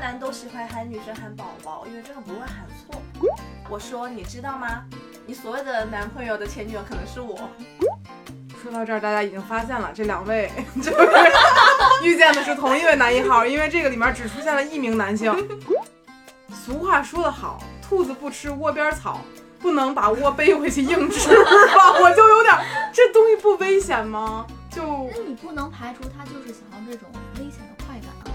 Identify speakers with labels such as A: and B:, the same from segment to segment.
A: 男都喜欢喊女生喊宝宝，因为这个不会喊错。我说你知道吗？你所谓的男朋友的前女友可能是我。
B: 说到这儿，大家已经发现了，这两位 就是遇见的是同一位男一号，因为这个里面只出现了一名男性。俗话说得好，兔子不吃窝边草，不能把窝背回去硬吃 吧？我就有点，这东西不危险吗？就
C: 那你不能排除他就是想要这种危险的快感啊。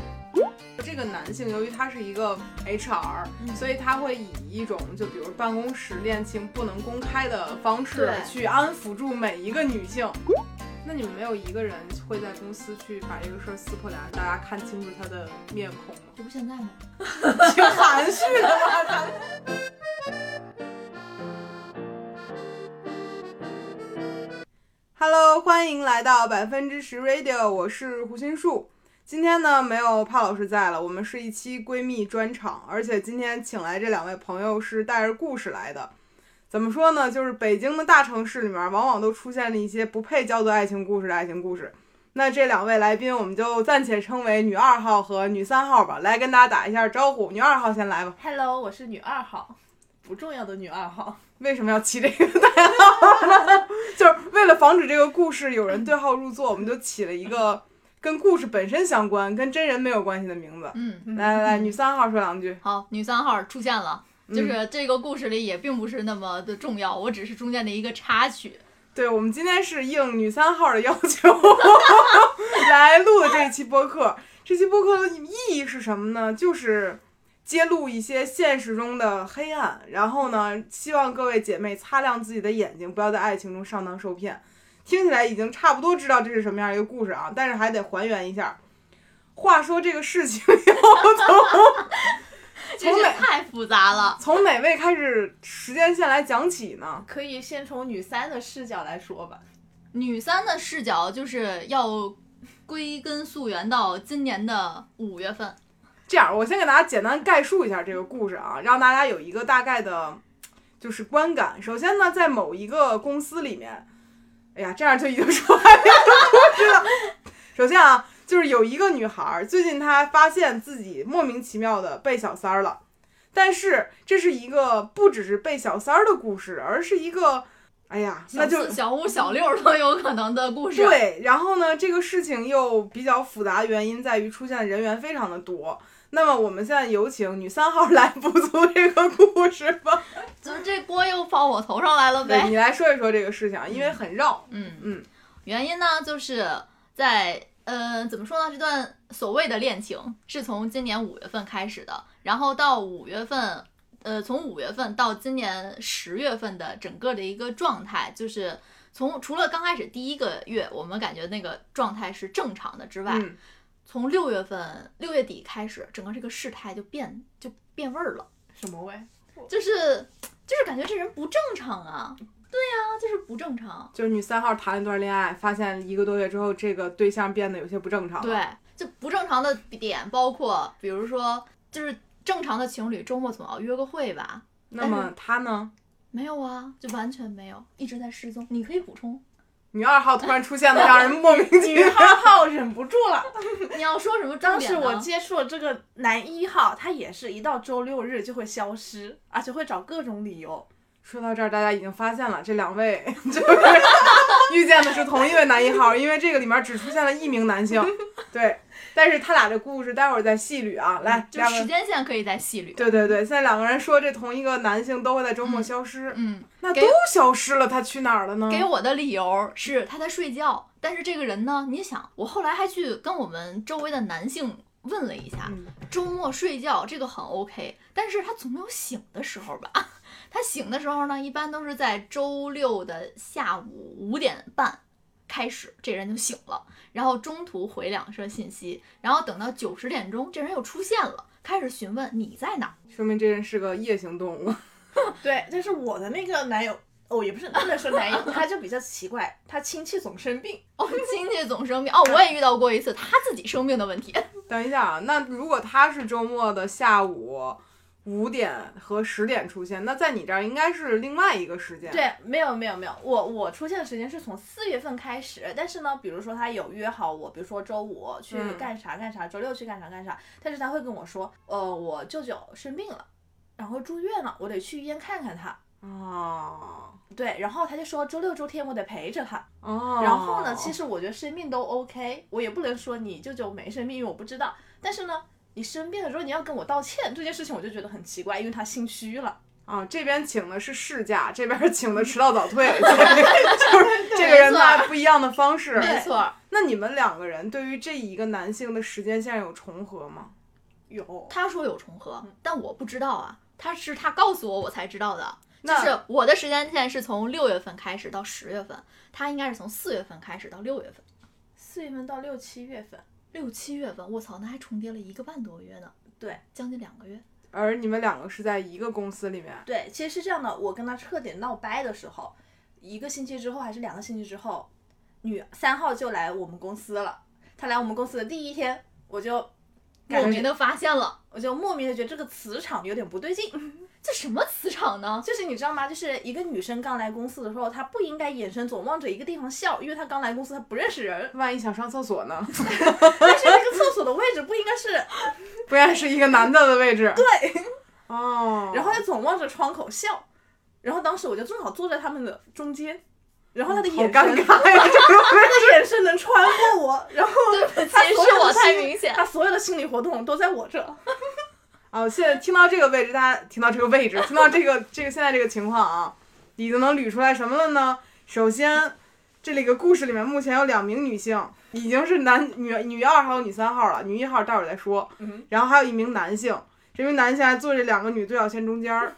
B: 这个男性，由于他是一个 HR，、
C: 嗯
B: 所以他会以一种就比如办公室恋情不能公开的方式
C: 对
B: 去安抚住每一个女性。那你们没有一个人会在公司去把这个事儿撕破脸，让大家看清楚他的面孔吗？
C: 这不现在吗？
B: 挺含蓄的吧？咱们？Hello，欢迎来到百分之十 Radio，我是胡心树。今天呢，没有帕老师在了，我们是一期闺蜜专场，而且今天请来这两位朋友是带着故事来的。怎么说呢？就是北京的大城市里面，往往都出现了一些不配叫做爱情故事的爱情故事。那这两位来宾，我们就暂且称为女二号和女三号吧，来跟大家打一下招呼。女二号先来吧，
A: Hello，我是女二号，不重要的女二号。
B: 为什么要起这个代号 呢？就是为了防止这个故事有人对号入座，我们就起了一个跟故事本身相关、跟真人没有关系的名字。
C: 嗯，
B: 来来来，女三号说两句。
C: 好，女三号出现了，
B: 嗯
C: 就是这个故事里也并不是那么的重要，我只是中间的一个插曲。
B: 对，我们今天是应女三号的要求来录的这一期播客。这期播客的意义是什么呢？就是揭露一些现实中的黑暗，然后呢，希望各位姐妹擦亮自己的眼睛，不要在爱情中上当受骗。听起来已经差不多知道这是什么样一个故事啊，但是还得还原一下。话说这个事情 要从
C: 真
B: 从
C: 是
B: 哪
C: 太复杂了。
B: 从哪位开始时间线来讲起呢？
A: 可以先从女三的视角来说吧。
C: 女三的视角就是要归根溯源到今年的五月份，
B: 这样，我先给大家简单概述一下这个故事啊，让大家有一个大概的，就是观感。首先呢，在某一个公司里面，哎呀，这样就已经说完这个故事了。首先啊，就是有一个女孩儿，最近她发现自己莫名其妙的被小三儿了，但是这是一个不只是被小三儿的故事，而是一个，哎呀，那
C: 小
B: 就
C: 四、小五、小六都有可能的故事。
A: 啊
B: 对，然后呢，这个事情又比较复杂，原因在于出现的人员非常的多。那么我们现在有请女三号来补足这个故事吧。
C: 就是这锅又放我头上来了呗
B: 对，。你来说一说这个事情，啊，因为很绕。
C: 嗯
B: 嗯
C: 嗯，原因呢，就是在呃，怎么说呢？这段所谓的恋情是从今年五月份开始的，然后到五月份，呃，从五月份到今年十月份的整个的一个状态，就是从除了刚开始第一个月，我们感觉那个状态是正常的之外，
B: 嗯，
C: 从六月份六月底开始，整个这个事态就变就变味儿了，
A: 什么味？
C: 就是就是感觉这人不正常啊。对呀、就是不正常。
B: 就是女三号谈了一段恋爱，发现一个多月之后，这个对象变得有些不正常。，
C: 对，啊就不正常的点包括，比如说，就是正常的情侣周末总要约个会吧？
B: 那
A: 嗯
B: 么她呢？
C: 没有啊，就完全没有，一直在失踪。你可以补充，
B: 女二号突然出现了，让人莫名其
A: 女
B: 妙。
A: 二号忍不住了。
C: 你要说什么重
A: 当
C: 点
A: 时
C: 呢？
A: 我接触了这个男一号，他也是一到周六日就会消失，而且会找各种理由。
B: 说到这儿，大家已经发现了，这两位 就是遇见的是同一位男一号，因为这个里面只出现了一名男性。对，但是他俩这故事待会儿再细捋啊。来，
C: 嗯就
B: 两
C: 是时
B: 个，
C: 间线可以再细捋。
B: 对对对，现在两个人说这同一个男性都会在周末消失，
C: 嗯，
B: 那
C: 给
B: 都消失了，他去哪儿了呢？
C: 嗯给我的理由是他在睡觉，但是这个人呢，你想，我后来还去跟我们周围的男性问了一下，
B: 嗯
C: 周末睡觉这个很 OK，但是他总有醒的时候吧？ 他醒的时候呢，一般都是在周六的下午五点半开始，这人就醒了，然后中途回两声信息，然后等到九十点钟，这人又出现了，开始询问你在哪儿。
B: 说明这人是个夜行动物。
A: 对，但是我的那个男友，哦，也不是不能说男友，他就比较奇怪，他亲戚总生病。
C: 哦，亲戚总生病哦，我也遇到过一次他自己生病的问题。
B: 等一下啊，那如果他是周末的下午。五点和十点出现，那在你这儿应该是另外一个时间。，
A: 对，没有没有没有，我我出现的时间是从四月份开始，但是呢，比如说他有约好我，比如说周五去
B: 嗯
A: 干啥干啥，周六去干啥干啥，但是他会跟我说，呃，我舅舅生病了，然后住院了，我得去医院看看他。
B: 哦
A: 对，然后他就说周六周天我得陪着他。
B: 哦。
A: 然后呢，其实我觉得生病都 OK，我也不能说你舅舅没生病，因为我不知道。但是呢，你生病了之后你要跟我道歉这件事情，我就觉得很奇怪，因为他心虚了。
B: 啊，这边请的是事假，这边请的迟到早 退，就是这个人在不一样的方式。
C: 没错儿，
B: 那你们两个人对于这一个男性的时间线有重合吗？
A: 有，
C: 他说有重合，但我不知道啊，他是他告诉我我才知道的。就
B: 那
C: 是我的时间线是从六月份开始到十月份，他应该是从四月份开始到六月份，
A: 四月份到六七月份，
C: 六七月份，我操，那还重叠了一个半多月呢，
A: 对，
C: 将近两个月。
B: 而你们两个是在一个公司里面，，
A: 对，其实是这样的，我跟他彻底闹掰的时候，一个星期之后还是两个星期之后，女三号就来我们公司了。她来我们公司的第一天，我就
C: 莫
A: 感
C: 名
A: 觉
C: 的发现了，
A: 我就莫名的觉得这个磁场有点不对劲，
C: 这什么磁场呢？
A: 就是你知道吗？就是一个女生刚来公司的时候，她不应该眼神总望着一个地方笑，因为她刚来公司，她不认识人
B: 万一想上厕所 呢？
A: 但是那个厕所的位置不应该是，
B: 不然是一个男的的位置。对。哦。
A: 然后她总望着窗口笑，然后当时我就正好坐在他们的中间，然后她的
B: 好
A: 眼神，
B: 尴尬呀！
A: 他的眼神能穿过我，然后
C: 不起
A: 他所有
C: 是我
A: 的
C: 太
A: 心
C: 明显
A: 他所有的心理活动都在我这。
B: 啊，现在听到这个位置，大家听到这个位置，听到这个这个现在这个情况啊，你都能捋出来什么了呢？首先，这里个故事里面目前有两名女性，已经是男女女二号、女三号了，女一号待会儿再说。
A: 嗯
B: 然后还有一名男性，这名男性还坐这两个女对角线中间儿，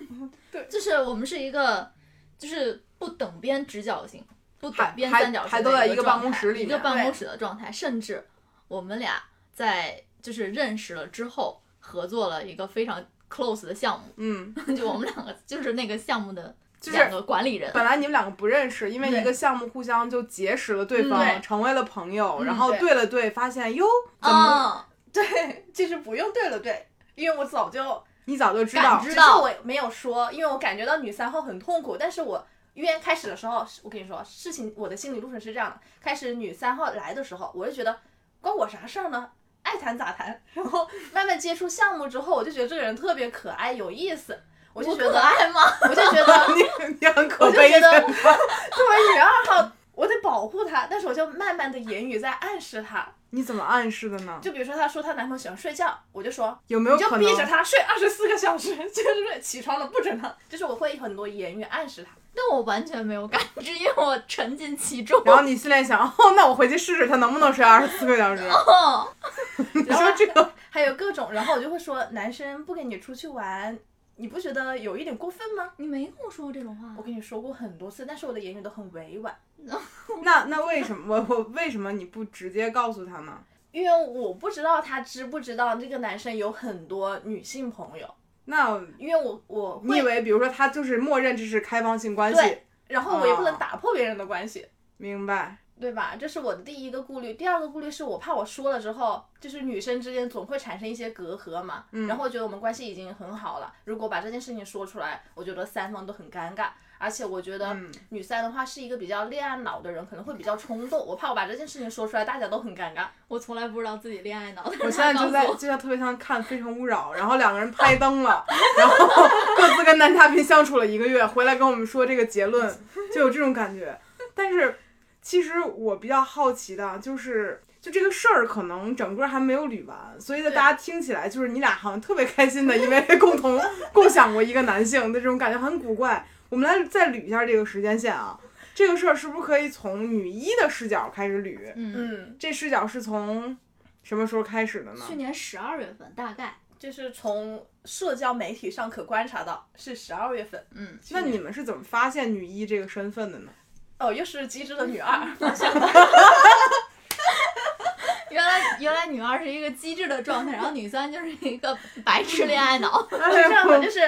C: 就是我们是一个，就是不等边直角形，不
B: 还
C: 等边
B: 还
C: 三角形的
B: 还都在一个
C: 状
B: 办公
C: 态
B: 室里
C: 一个
B: 面
C: 办公
A: 对
C: 室的状态，甚至我们俩在就是认识了之后，合作了一个非常 close 的项目，
B: 嗯，
C: 就我们两个就是那个项目的
B: 就是
C: 两个管理人，
B: 本来你们两个不认识，因为
A: 对
B: 一个项目互相就结识了对
C: 嗯
B: 方，
A: 对
B: 成为了朋友，
C: 嗯
B: 然后
A: 对哦
B: 对了对，发现哟，怎么、
C: 嗯，
A: 对，其实不用对了对，因为我早就
B: 你早就知
C: 感
B: 道
C: 知
A: 只是
C: 道
A: 我没有说，因为我感觉到女三号很痛苦，但是我。因为开始的时候，我跟你说，事情我的心理路程是这样的：开始女三号来的时候，我就觉得关我啥事儿呢，爱谈咋谈。然后慢慢接触项目之后，我就觉得这个人特别可爱、有意思，我就
C: 我
A: 觉
C: 可
A: 得，
C: 爱吗？
A: 我就觉得
B: 你你很可
A: 我就
B: 悲
A: 觉得
B: 真的
A: 作为女二号，我得保护她，但是我就慢慢的言语在暗示她。
B: 你怎么暗示的呢？
A: 就比如说，她说她男朋友喜欢睡觉，我就说
B: 有没有
A: 你就
B: 可能
A: 逼着他睡二十四个小时， 就是起床了不准他。就是我会很多言语暗示她。
C: 但我完全没有感知，因为我沉浸其中。
B: 然后你心里想，哦，那我回去试试他能不能睡二十四个小时。
C: 哦，
B: 你说这个，
A: 还有各种，然后我就会说男生不跟你出去玩，你不觉得有一点过分吗？
C: 你没跟我说过这种话
A: 我跟你说过很多次，但是我的言语都很委婉，
B: 那那为什么我我为什么你不直接告诉他呢？
A: 因为我不知道他知不知道这个男生有很多女性朋友，
B: 那
A: 因为我我
B: 你以
A: 会，
B: 为比如说他就是默认这是开放性关系
A: 对，然后我也不
B: 哦
A: 能打破别人的关系。
B: 明白？
A: 对吧？这是我的第一个顾虑。第二个顾虑是我怕我说了之后，就是女生之间总会产生一些隔阂嘛。
B: 嗯
A: 然后我觉得我们关系已经很好了，如果把这件事情说出来，我觉得三方都很尴尬。而且我觉得
B: 嗯
A: 女三的话是一个比较恋爱脑的人，可能会比较冲动。我怕我把这件事情说出来，大家都很
B: 嗯
A: 尴尬。
C: 我从来不知道自己恋爱脑。
B: 我
C: 我
B: 现在就在就在特别像看《非诚勿扰》，然后两个人拍灯了，然后各自跟男嘉宾相处了一个月，回来跟我们说这个结论，就有这种感觉。但是其实我比较好奇的就是，就这个事儿可能整个还没有捋完，所以呢，
A: 对
B: 大家听起来就是你俩好像特别开心的，因 为共同共享过一个男性的这种感觉很古怪。我们来再捋一下这个时间线啊，这个事儿是不是可以从女一的视角开始捋？
C: 嗯，
A: 嗯，
B: 这视角是从什么时候开始的呢？
C: 去年十二月份大概，
A: 就是从社交媒体上可观察到是十二月份。
C: 嗯，
A: 去
B: 那
A: 年
B: 你们是怎么发现女一这个身份的呢？
A: 哦，又是机智的女 二，
C: 原来原来女二是一个机智的状态，然后女三就是一个白痴恋 爱脑。
A: 我是这样的，就是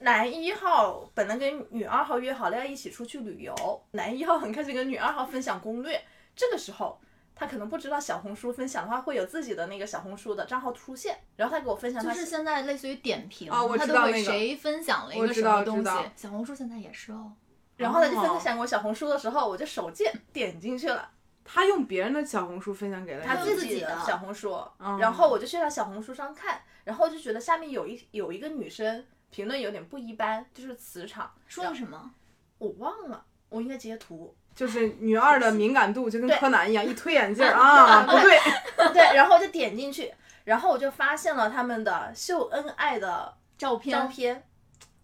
A: 男一号本来跟女二号约好了要一起出去旅游，男一号很开心跟女二号分享攻略，这个时候他可能不知道小红书分享的话会有自己的那个小红书的账号出现，然后他给我分享
C: 就
A: 他
C: 是现在类似于点评，
B: 哦我
C: 他
B: 知
C: 都
B: 道
C: 会
B: 那个
C: 谁分享了一
B: 我
C: 个
B: 知
C: 什
B: 道
C: 么东
B: 知
C: 西
B: 道，
C: 小红书现在也是哦。
A: 然后他就分
B: 哦
A: 享给我小红书的时候，我就手贱点进去了
B: 他用别人的小红书分享给了
A: 他
C: 用
B: 你
C: 自己
A: 己的
C: 的
A: 小红书，
B: 嗯
A: 然后我就去他小红书上看，然后就觉得下面有一有一个女生评论有点不一般，就是磁场，
C: 说了什么？
A: 我忘了，我应该截图，
B: 就是女二的敏感度就跟
A: 对
B: 柯南一样，一推眼镜儿啊，不对，
A: 对，然后我就点进去，然后我就发现了他们的秀恩爱的
C: 照片，
A: 照片，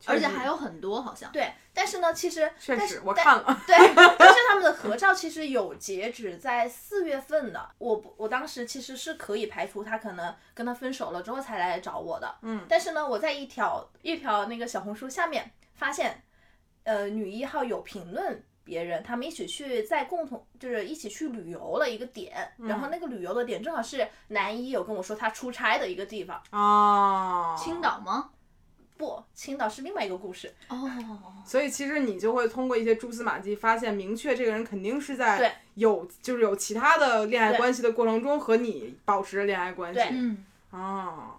C: 而且还有很多，好像
A: 对，但是呢，其实
B: 确
A: 但
B: 实
A: 是
B: 我
A: 但
B: 看了，
A: 对， 但是他们的合照其实有截止在四月份的。我不我当时其实是可以排除他可能跟他分手了之后才来找我的。
B: 嗯，
A: 但是呢，我在一条一条那个小红书下面发现，呃，女一号有评论别人，他们一起去在共同就是一起去旅游了一个点，然
B: 嗯
A: 后那个旅游的点正好是男一有跟我说他出差的一个地方。
B: 哦，
C: 青岛吗？
A: 不，青岛是另外一个故事。
C: 哦，
B: 所以其实你就会通过一些蛛丝马迹，发现明确这个人肯定是
A: 对
B: 在有就是有其他的恋爱
A: 对
B: 关系的过程中和你保持着恋爱关系。
A: 对
C: 嗯，
B: 哦，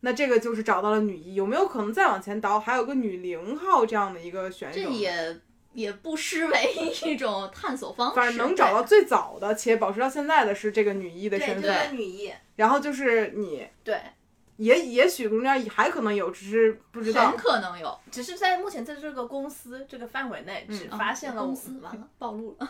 B: 那这个就是找到了女一，有没有可能再往前倒还有个女零号这样的一个选手
C: 这
B: 呢？
C: 也也不失为一种探索方式。
B: 反正能找到最早的且保持到现在的是这个女一的啊
A: 对，
B: 身
A: 就
B: 份，
A: 是女一。
B: 然后就是你
A: 对，
B: 也也许中间还可能有，只是不知
C: 对
B: 道
C: 很。可能有。
A: 只是在目前在这个公司这个范围内，只
C: 嗯
A: 发现了我
C: 公司
A: 们
C: 完了， 暴露了。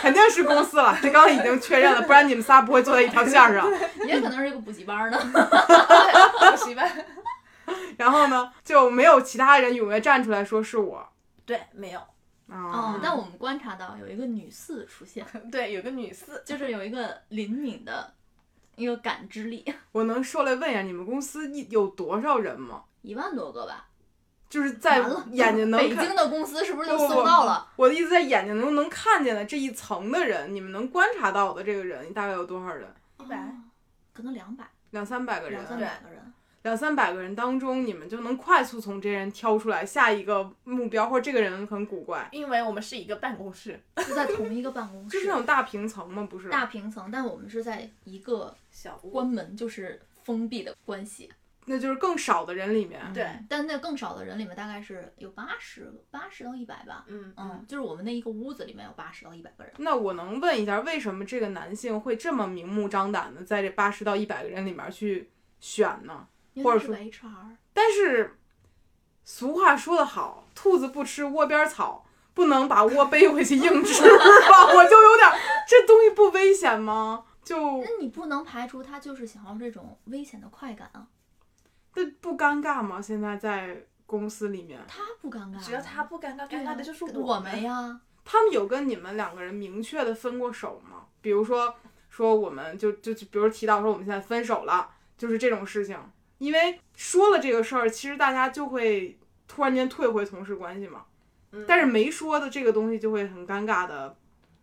B: 肯定是公司了，这刚刚已经确认了，不然你们仨不会坐在一条线上。
C: 也可能是一个补习班呢。
A: 补习班。
B: 然后呢，就没有其他人踊跃站出来说是我。
A: 对，没有。
B: 啊
C: 哦，但我们观察到有一个女四出现，
A: 对，有个女四，
C: 就是有一个灵敏的一个感知力，
B: 我能说来问一下，你们公司一有多少人吗？
C: 一万多个吧。
B: 就是在
C: 完了
B: 眼睛能
C: 北
B: 看，
C: 京的公司是不是
B: 不
C: 就
B: 不
C: 搜
B: 不
C: 到了？
B: 我的意思在眼睛中能看见的这一层的人，你们能观察到的这个人大概有多少人？
A: 不不不100
C: 哦，可能两百，
B: 两三百个人啊
C: 两，三百个人。
B: 两三百个人当中，你们就能快速从这人挑出来下一个目标，或者这个人很古怪，
A: 因为我们是一个办公室，
C: 就在同一个办公
B: 就是
C: 室
B: 那，种大平层吗？不是，
C: 大平层，但我们是在一个
A: 小屋。
C: 关门，就是封闭的关系。
B: 那就是更少的人里面。
A: 对，
C: 但那更少的人里面，大概是有八十，八十到一百吧。
A: 嗯
C: 嗯
A: 嗯，，
C: 就是我们那一个屋子里面有八十到一百个人。
B: 那我能问一下，为什么这个男性会这么明目张胆的在这八十到一百个人里面去选呢？
C: 因
B: 或
C: 为
B: 者
C: 他是
B: 说
C: 个 HR，
B: 但是俗话说得好，兔子不吃窝边草，不能把窝背回去硬吃吧？我就有点儿，这东西不危险吗？就
C: 那你不能排除他就是想要这种危险的快感啊，
B: 那不尴尬吗？现在在公司里面，
C: 他不尴尬啊，
A: 嗯只要她不尴尬，
C: 对
A: 尴
C: 啊
A: 尬的就是
C: 我
A: 们
C: 们呀、
B: 他们有跟你们两个人明确的分过手吗？比如说，说我们就就就，比如提到说我们现在分手了，就是这种事情。因为说了这个事儿，其实大家就会突然间退回同事关系嘛。
A: 嗯
B: 但是没说的这个东西就会很尴尬的，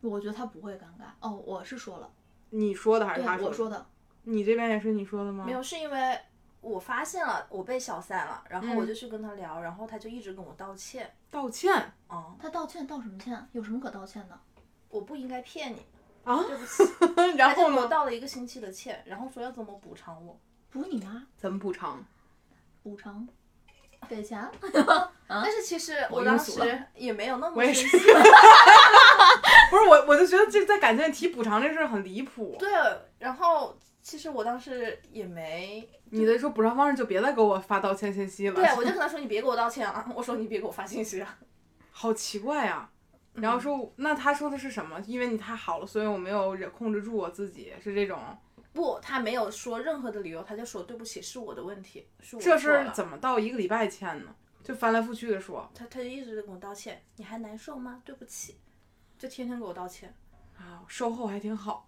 C: 我觉得他不会尴尬。哦，我是说了，
B: 你说的还是
C: 对
B: 他
C: 我
B: 的？
C: 说的，
B: 你这边也是你说的吗？
A: 没有，是因为我发现了我被小三了，然后
B: 嗯
A: 我就去跟他聊，然后他就一直跟我道歉。
B: 道歉
A: 哦，
C: 他道歉道什么歉？有什么可道歉的？
A: 我不应该骗你，
B: 啊，
A: 对不起。
B: 然
A: 他就
B: 后
A: 给我
B: 呢？
A: 道了一个星期的歉，然后说要怎么补偿我。
C: 补你妈，
B: 怎么补偿？
C: 补偿，给钱。
A: 但是其实
C: 我
A: 我
C: 庸
A: 当
C: 俗
A: 时
C: 了
A: 也没有那么
B: 我也
A: 生
B: 是
A: 气。
B: 不是我，我就觉得这在感情里提补偿这事儿很离谱。
A: 对，然后其实我当时也 没
B: 你的说补偿方式就别再给我发道歉信息了。
A: 对，啊我就跟他说你别给我道歉啊，我说你别给我发信息啊。
B: 好奇怪呀、然后说，那他说的是什么？因为你太好了，所以我没有忍控制住我自己，是这种。
A: 不，他没有说任何的理由，他就说对不起，是我的问题，是我
B: 这事
A: 错
B: 儿
A: 了。
B: 怎么到一个礼拜前呢？就翻来覆去的说
A: 他他就一直跟我道歉，你还难受吗？对不起，就天天给我道 歉。
B: 啊，售后还挺好。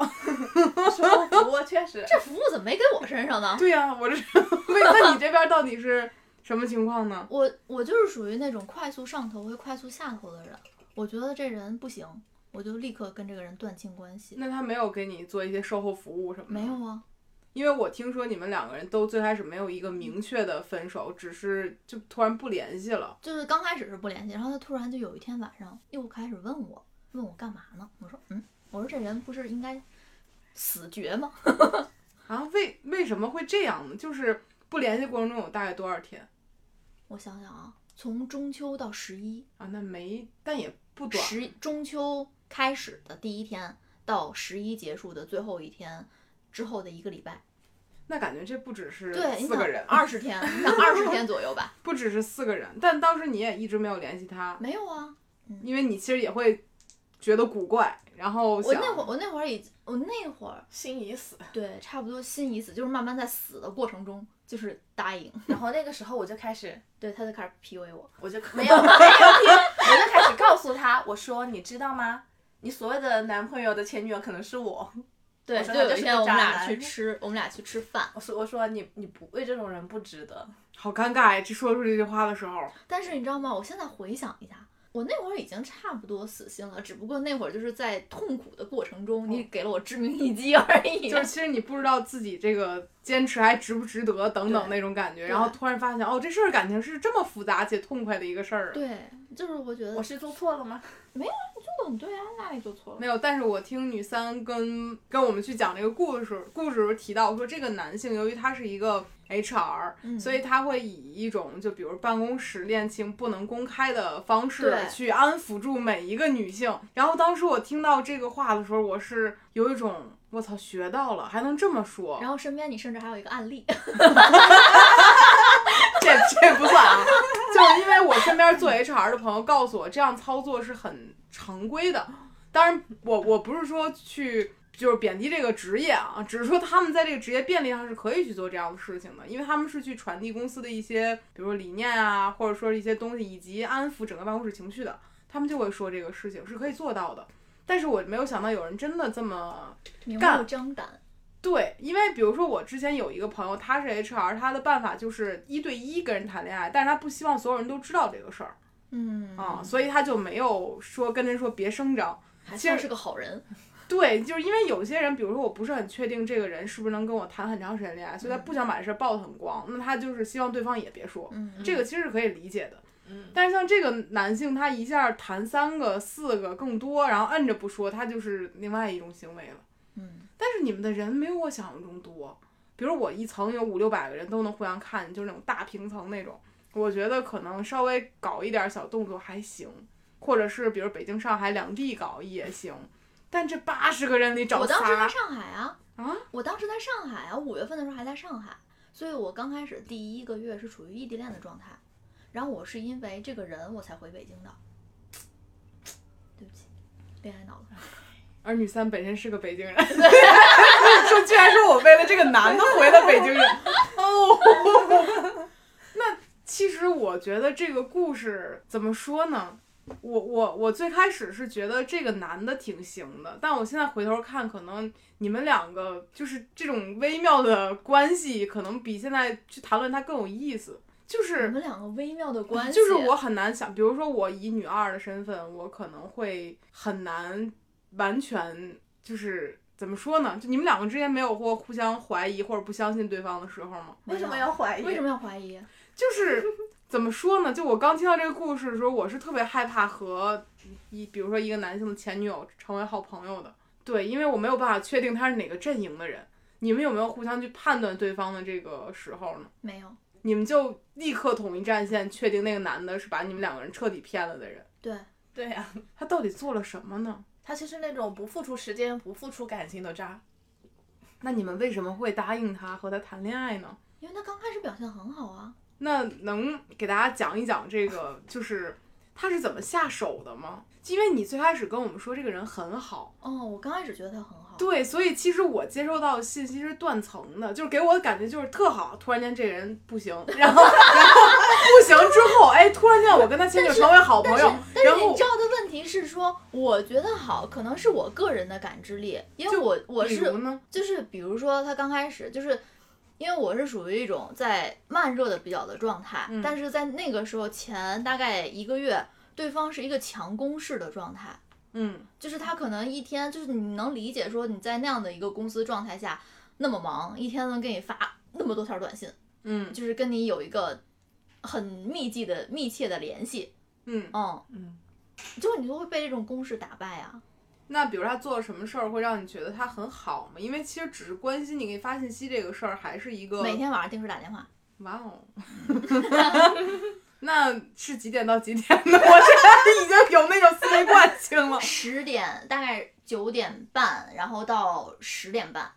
A: 售后服务确实，
C: 这服务怎么没给我身上呢？
B: 对呀、我这是 为那你这边到底是什么情况呢？
C: 我我就是属于那种快速上头会快速下头的人，我觉得这人不行，我就立刻跟这个人断清关系。
B: 那他没有给你做一些售后服务什么的？
C: 没有，啊，
B: 因为我听说你们两个人都最开始没有一个明确的分手，只是就突然不联系了。
C: 就是刚开始是不联系，然后他突然就有一天晚上又开始问我，问我干嘛呢？我说嗯，我说这人不是应该死绝吗？
B: 啊，为为什么会这样呢？就是不联系过程中有大概多少天
C: 我想想啊，从中秋到十一，
B: 啊？那没，但也不短。
C: 十中秋开始的第一天到十一结束的最后一天之后的一个礼拜，
B: 那感觉这不只是
C: 对，你
B: 四个
C: 想
B: 人，
C: 二十天，你想二十天左右吧？
B: 不只是四个人。但当时你也一直没有联系他，
C: 没有啊，
B: 因为你其实也会觉得古怪，然后
C: 我
B: 想
C: 那会儿我那会儿已我那会儿
A: 心已死。
C: 对，差不多心已死，就是慢慢在死的过程中就是答应，
A: 然后那个时候我就开始，
C: 对，他就开始 PUA 我，
A: 我就没有没有听，我就开始告诉他，我说你知道吗？你所谓的男朋友的前女友可能是我。
C: 对，
A: 我
C: 就
A: 说他
C: 有
A: 就
C: 一
A: 是
C: 天
A: 个
C: 我们
A: 渣
C: 俩
A: 男
C: 去吃，我们俩去吃饭，
A: 我说我说你你不为这种人不值得。
B: 好尴尬呀！这说出这句话的时候，
C: 但是你知道吗？我现在回想一下，我那会儿已经差不多死心了，只不过那会儿就是在痛苦的过程中，你给了我致命一击而 已。
B: 就是其实你不知道自己这个坚持还值不值得等等
C: 对
B: 那种感觉，然后突然发现哦，这事儿感情是这么复杂且痛快的一个事儿啊。
C: 对，就是我觉得
A: 我是做错了吗？
C: 做的很对啊，那你做错了。
B: 没有，但是我听女三跟跟我们去讲这个故事故事时候提到说，这个男性由于他是一个 HR，、
C: 嗯
B: 所以他会以一种就比如办公室恋情不能公开的方式
C: 对
B: 去安抚住每一个女性。然后当时我听到这个话的时候，我是有一种我操学到了，还能这么说，
C: 然后身边你甚至还有一个案例，
B: 这这不算啊，就是因为我身边做 HR 的朋友告诉我，这样操作是很常规的。当然我，我不是说去就是贬低这个职业啊，只是说他们在这个职业便利上是可以去做这样的事情的，因为他们是去传递公司的一些，比如说理念啊，或者说一些东西，以及安抚整个办公室情绪的，他们就会说这个事情是可以做到的。但是我没有想到有人真的这么
C: 明
B: 干
C: 目张胆。
B: 对，因为比如说我之前有一个朋友，他是 HR，他的办法就是一对一跟人谈恋爱，但是他不希望所有人都知道这个事儿
C: 嗯
B: 啊、所以他就没有说跟人说别声张。
C: 还
B: 其
C: 算
B: 实
C: 是个好人。
B: 对，就是因为有些人，比如说我不是很确定这个人是不是能跟我谈很长时间恋爱，所以他不想把这事儿爆得很光，那他就是希望对方也别说，
C: 嗯，
B: 这个其实是可以理解的。
A: 嗯，
B: 但是像这个男性，他一下谈三个、四个更多，然后摁着不说，他就是另外一种行为了。
C: 嗯，
B: 但是你们的人没有我想象中多。比如我一层有五六百个人都能互相看，就是那种大平层那种，我觉得可能稍微搞一点小动作还行，或者是比如北京、上海两地搞也行。但这八十个人里找
C: 我当时
B: 仨，
C: 在上海啊，
B: 啊，
C: 我当时在上海啊，五月份的时候还在上海，所以我刚开始第一个月是处于异地恋的状态，然后我是因为这个人我才回北京的，对不起，恋爱脑了，
B: 而女三本身是个北京人， 说居然说我为了这个男的回的北京人，哦， 那其实我觉得这个故事怎么说呢？我我我最开始是觉得这个男的挺行的，但我现在回头看，可能你们两个就是这种微妙的关系，可能比现在去谈论他更有意思。就是
C: 我们两个微 妙的关系，
B: 就是我很难想，比如说我以女二的身份，我可能会很难完全就是怎么说呢？就你们两个之间没有过互相怀疑或者不相信对方的时候吗？
A: 为什么要怀疑？
C: 为什么要怀疑？
B: 就是 怎么说呢？就我刚听到这个故事的时候，我是特别害怕和一比如说一个男性的前女友成为好朋友的，对，因为我没有办法确定他是哪个阵营的人。你们有没有互相去判断对方的这个时候呢？
C: 没有，
B: 你们就立刻统一战线，确定那个男的是把你们两个人彻底骗了的人。
C: 对，
A: 对呀、
B: 他到底做了什么呢？
A: 他就是那种不付出时间、不付出感情的 渣。
B: 那你们为什么会答应他和他谈恋爱呢？
C: 因为他刚开始表现很好啊，
B: 那能给大家讲一讲这个，就是他是怎么下手的吗？因为你最开始跟我们说这个人很好，
C: 哦，我刚开始觉得他很好，
B: 对，所以其实我接收到的信息是断层的，就是给我的感觉就是特好，突然间这个人不行，然后 然后不行之后，哎，突然间我跟他前女友成为好
C: 但
B: 朋
C: 是
B: 友，
C: 但
B: 然
C: 是你
B: 后
C: 知道的问题是说，我觉得好，可能是我个人的感知力，因为
B: 就
C: 我我
B: 比
C: 是
B: 如呢，
C: 就是比如说他刚开始就是。因为我是属于一种在慢热的比较的状态，
B: 嗯
C: 但是在那个时候前大概一个月，对方是一个强攻势的状态，
B: 嗯，
C: 就是他可能一天就是你能理解说你在那样的一个公司状态下那么忙，一天能给你发那么多条短信，
B: 嗯
C: 就是跟你有一个很密集的密切的联系，
B: 嗯，
C: 嗯，
A: 嗯，
C: 就是你就会被这种攻势打败啊。
B: 那比如他做了什么事儿会让你觉得他很好吗？因为其实只是关心你给你发信息这个事儿，还是一个
C: 每天晚上定时打电话，
B: 哇哦，那是几点到几点呢？我现 在已经有那种思维惯性了。
C: 十点大概九点半，然后到十点半。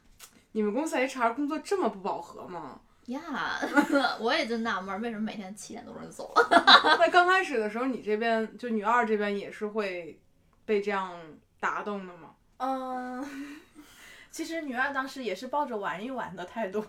B: 你们公司 HR 工作这么不饱和吗？
C: 呀、 我也就纳闷儿，为什么每天七点多钟就走了？
B: 那刚开始的时候，你这边就女二这边也是会被这样打动的吗？
A: 嗯， 其实女二当时也是抱着玩一玩的态度，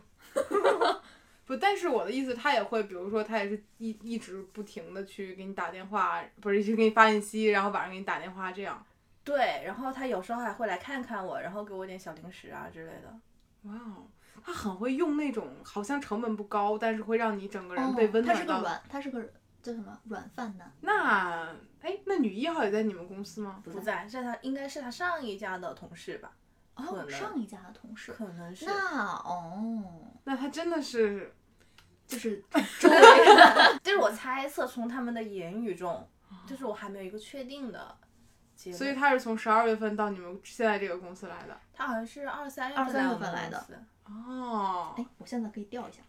B: 不，但是我的意思，她也会，比如说，她也是一一直不停的去给你打电话，不是，就给你发信息，然后晚上给你打电话这样。
A: 对，然后她有时候还会来看看我，然后给我点小零食啊之类的。
B: 哇哦，她很会用那种好像成本不高，但是会让你整个人被温
C: 哦他是
B: 暖
C: 个
B: 到。
C: 软，他是个叫什么软饭男。
B: 那，哎，那女一号也在你们公司吗？
A: 不在，在她应该是她上一家的同事吧，可
C: 哦，
A: 能
C: 上一家的同事。
A: 可能是。
C: 那哦，
B: 那她真的是，
C: 就是
A: 这是我猜测，从他们的言语中，就是我还没有一个确定的结论。
B: 所以她是从十二月份到你们现在这个公司来的。
A: 他好像是二三月
C: 23
A: 份
C: 月份来的
A: 我们公司。
B: 哦，
C: 哎，我现在可以调一下。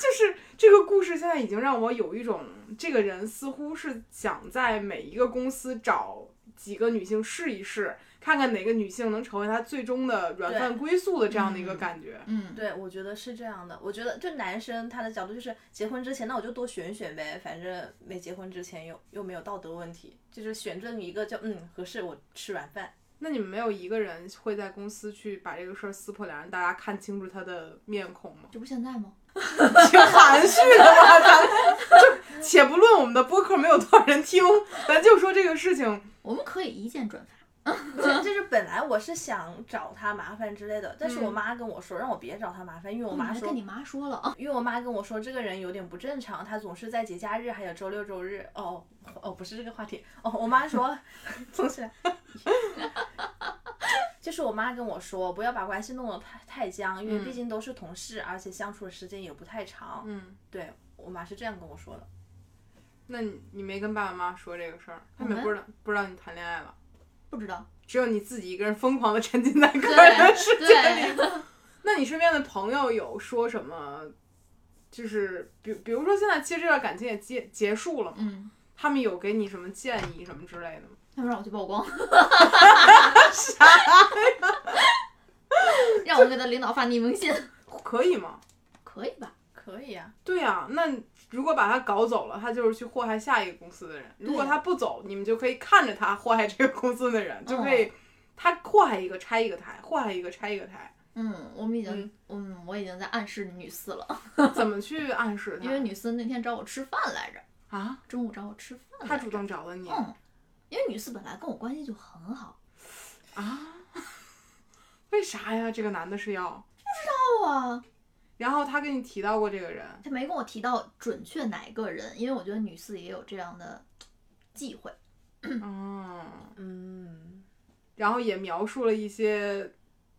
B: 就是这个故事现在已经让我有一种，这个人似乎是想在每一个公司找几个女性试一试，看看哪个女性能成为他最终的软饭归宿的这样的一个感觉。
C: 嗯，
A: 对，我觉得是这样的。我觉得就男生他的角度就是结婚之前，那我就多选选呗，反正没结婚之前又又没有道德问题，就是选中一个就嗯合适，我吃软饭。
B: 那你们没有一个人会在公司去把这个事儿撕破脸，让大家看清楚他的面孔吗？
C: 这不现在吗？
B: 挺含蓄的吧？咱就且不论我们的播客没有多少人听，咱就说这个事情。
C: 我们可以一键转发。
A: 这就是本来我是想找他麻烦之类的，但是我
B: 嗯
A: 妈跟我说让我别找他麻烦，因为我
C: 我
A: 妈
C: 还
A: 说
C: 哦跟你妈说了啊。
A: 因为我妈跟我说这个人有点不正常，她总是在节假日还有周六周日。哦哦，不是这个话题。哦，我妈说，总起来， 就是我妈跟我说，不要把关系弄得太太僵，因为
C: 嗯
A: 毕竟都是同事，而且相处的时间也不太长。
B: 嗯，
A: 对我妈是这样跟我说的。
B: 那你你没跟爸爸妈妈说这个事儿，他们
C: 我
B: 也不
C: 们
B: 知道不知道你谈恋爱了。
C: 不知道，
B: 只有你自己一个人疯狂的沉浸在个人的世
C: 对
B: 界里。
C: 对，
B: 那你身边的朋友有说什么？就是比比如说，现在其实这段感情也结结束了嘛，
C: 嗯，
B: 他们有给你什么建议什么之类的吗？
C: 他们让我去 曝光，让我给他领导发匿名信，
B: 可以吗？
C: 可以吧？
A: 可以呀、
B: 对啊，那如果把他搞走了，他就是去祸害下一个公司的人；如果他不走，你们就可以看着他祸害这个公司的人，就
C: 嗯
B: 可以他祸害一个拆一个台，祸害一个拆一个 台。
C: 嗯，啊我们已经，嗯，我已经在暗示女四了，
B: 怎么去暗示他？
C: 因为女四那天找我吃饭来着，
B: 啊，
C: 中午找我吃饭来着，
B: 他主动找的你、
C: 嗯，因为女四本来跟我关系就很好，
B: 啊？为啥呀？这个男的是要？
C: 哦啊，
B: 然后他跟你提到过这个人，
C: 他没跟我提到准确哪一个人，因为我觉得女四也有这样的忌讳，
B: 嗯，
A: 嗯，
B: 然后也描述了一些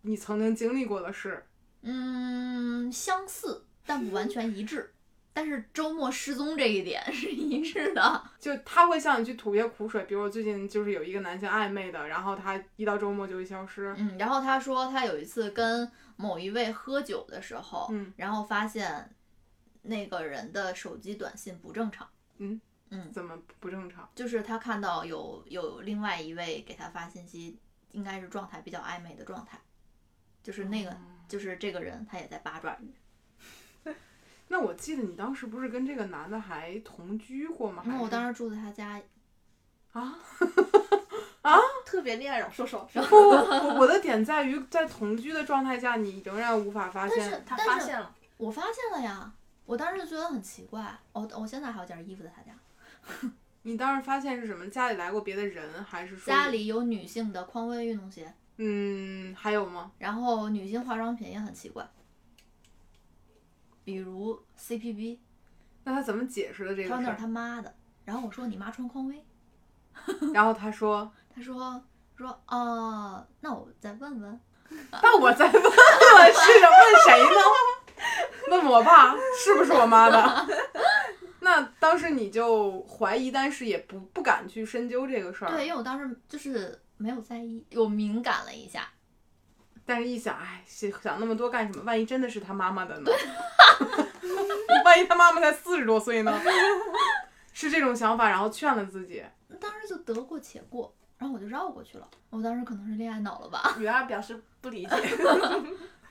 B: 你曾经经历过的事。
C: 嗯，相似但不完全一致， 但是周末失踪这一点是一致的，
B: 就他会向你去吐些苦水，比如我最近就是有一个男性暧昧的，然后他一到周末就会消失。
C: 嗯，然后他说他有一次跟某一位喝酒的时候，
B: 嗯，
C: 然后发现那个人的手机短信不正常，
B: 怎么不正常？
C: 就是他看到有有另外一位给他发信息，应该是状态比较暧昧的状态，就是那个、
B: 哦
C: 就是这个人他也在八爪鱼，
B: 那我记得你当时不是跟这个男的还同居过吗？
C: 那我
B: 时
C: 当时住在他家，
B: 啊，
A: 特别恋爱脑，说说说。
B: 不，我我的点在于在同居的状态下，你仍然无法发
C: 但
B: 现
C: 是
A: 她
C: 但
A: 发
C: 是
A: 现了，
C: 我发现了呀，我当时就觉得很奇怪，我、我现在还有件衣服在他家，
B: 你当时发现是什么？家里来过别的人，还是说
C: 家？里有女性的匡威运动鞋，
B: 嗯，还有吗？
C: 然后女性化妆品也很奇怪，比如 CPB，
B: 那他怎么解释的这个
C: 他说
B: 事
C: 那
B: 儿？
C: 是他妈的，然后我说你妈穿匡威，
B: 然后他说
C: 他说说哦、那我再问问。
B: 那我在问 问是什问谁呢？问我爸是不是我妈的？那当时你就怀疑，但是也不不敢去深究这个事儿。
C: 对，因为我当时就是没有在意，我敏感了一下，
B: 但是一想，哎，想想那么多干什么？万一真的是他妈妈的呢？ 万一他妈妈才四十多岁呢？ 是这种想法，然后劝了自己。
C: 当时就得过且过，然后我就绕过去了。我当时可能是恋爱脑了吧？
A: 女二表示不 理解，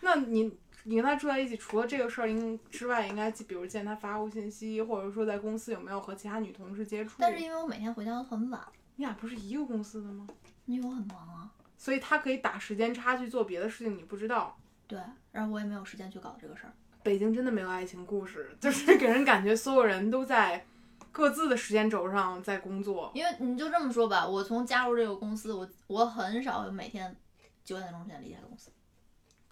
B: 那你你跟他住在一起，除了这个事儿应之外，应该比如见他发过信息，或者说在公司有没有和其他女同事接触？
C: 但是因为我每天回家都很晚，
B: 你俩不是一个公司的吗？
C: 因为我很忙啊。
B: 所以他可以打时间差去做别的事情，你不知道。
C: 对，然后我也没有时间去搞这个事儿。
B: 北京真的没有爱情故事， 就是给人感觉所有人都在各自的时间轴上在工作。
C: 因为你就这么说吧，我从加入这个公司，我我很少有每天九点钟之前离开公司。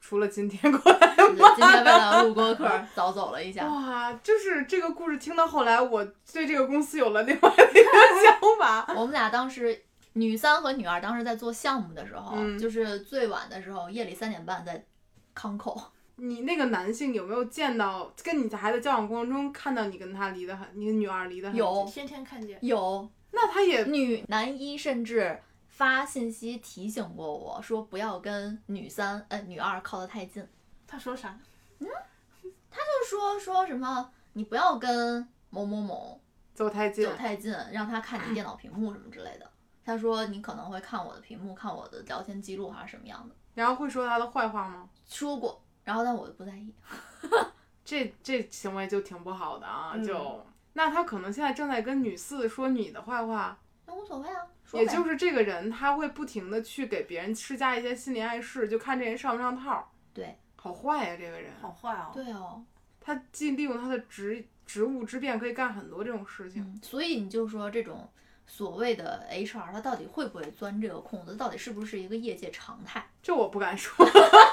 B: 除了今天过来，
C: 对今天为 了录播课早走了一下。
B: 哇，就是这个故事听到后来，我对这个公司有了另外的一个 想法。
C: 我们俩当时女三和女二当时在做项目的时候，
B: 嗯
C: 就是最晚的时候，夜里三点半在康口。
B: 你那个男性有没有见到，跟你在还在交往过程中看到你跟他离得很，你女儿离得很近？
C: 有
A: 天天看见。
C: 有
B: 那他也
C: 女男一甚至发信息提醒过我说不要跟女三呃女二靠得太近，
A: 他说啥？
C: 就说说什么你不要跟某某某
B: 走太近
C: 走，太近，让他看你电脑屏幕什么之类的。他说你可能会看我的屏幕，看我的聊天记录还是什么样的，
B: 然后会说他的坏话吗？
C: 说过。然后但我就不在意，
B: 这这行为就挺不好的啊，
A: 嗯
B: 就那他可能现在正在跟女四说你的坏话，
C: 那无所谓啊，说
B: 也
C: 呗
B: 就是这个人他会不停的去给别人施加一些心理暗示，就看这人上不上套。
C: 对，
B: 好坏啊呀、这个人，
A: 好坏哦。
C: 对哦，
B: 他既利用他的职职务之便可以干很多这种事情。
C: 嗯，所以你就说这种所谓的 HR，他到底会不会钻这个空子，到底是不是一个业界常态？
B: 这我不敢说，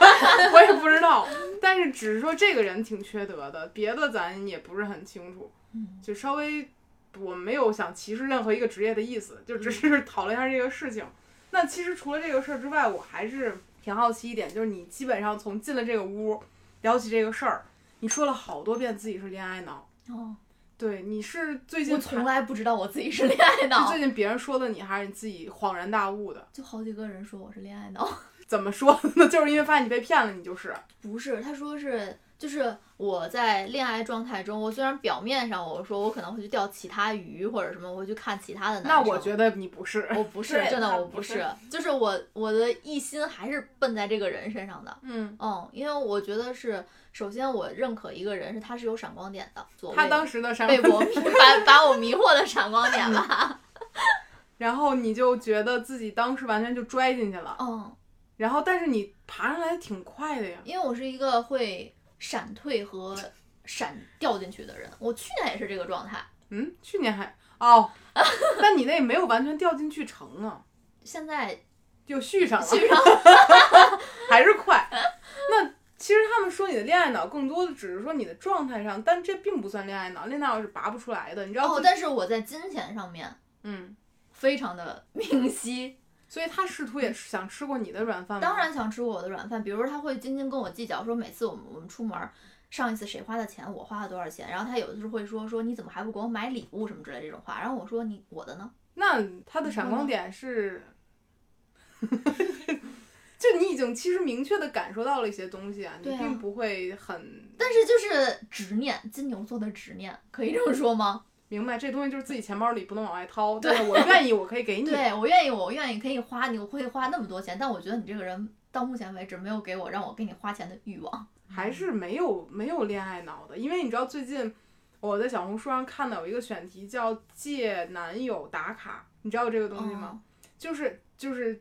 B: 我也不知道，但是只是说这个人挺缺德的，别的咱也不是很清楚，
C: 嗯，
B: 就稍微我没有想歧视任何一个职业的意思，就只是讨论一下这个事情。嗯那其实除了这个事儿之外，我还是挺好奇一点，就是你基本上从进了这个屋，聊起这个事儿，你说了好多遍自己是恋爱脑，
C: 哦，
B: 对，你是最近
C: 我从来不知道我自己是恋爱
B: 是
C: 脑
B: 最，近别人说的你，还是你自己恍然大悟的？
C: 就好几个人说我是恋爱脑，
B: 怎么说呢？ 就是因为发现你被骗了，你就是
C: 不是，他说是。就是我在恋爱状态中，我虽然表面上我说我可能会去钓其他鱼或者什么，我会去看其他的男生。
B: 那我觉得你不是。
C: 我不是，
A: 对
C: 真的
A: 他
C: 我
A: 不
C: 不
A: 是
C: 是，就是我我的一心还是奔在这个人身上的。
B: 嗯，
C: 嗯，因为我觉得是，首先我认可一个人是他是有闪光点的，所
B: 他
C: 谓
B: 当时的闪
C: 哦被
B: 光
C: 我迷把把我迷惑的闪光点吧。
B: 然后你就觉得自己当时完全就拽进去了，
C: 嗯，
B: 然后但是你爬上来挺快的呀，
C: 因为我是一个会闪退和闪掉进去的人，我去年也是这个状态，
B: 嗯，去年还 哦，但你那也没有完全掉进去成啊，
C: 现在
B: 就续上了，
C: 续上
B: 还是快。那其实他们说你的恋爱脑，更多的只是说你的状态上，但这并不算恋爱脑，恋爱脑是拔不出来的，你知道自，
C: 哦
B: 己、
C: 但是我在金钱上面
B: 嗯，
C: 非常的明晰，
B: 所以他试图也是想吃过你的软饭吗？
C: 嗯当，然想吃我的软饭，比如他会斤斤跟我计较，说每次我们我们出门儿，上一次谁花的钱，我花了多少钱，然后他有的时候会说说你怎么还不给我买礼物什么之类这种话，然后我说你我的呢？
B: 那他的
C: 嗯
B: 闪光点是，就你已经其实明确的感受到了一些东西啊，你
C: 对啊
B: 并不会很
C: 但是就是执念，金牛座的执念，可以这么说吗？
B: 明白这东西就是自己钱包里不能往外掏，但是我愿意我可以给你。
C: 对我愿意，我愿意可以花，你会花那么多钱，但我觉得你这个人到目前为止没有给我让我给你花钱的欲望。
B: 还是没有没有恋爱脑的，因为你知道最近我在小红书上看到有一个选题叫“借男友打卡”，你知道这个东西
C: 嗯
B: 吗？就是就是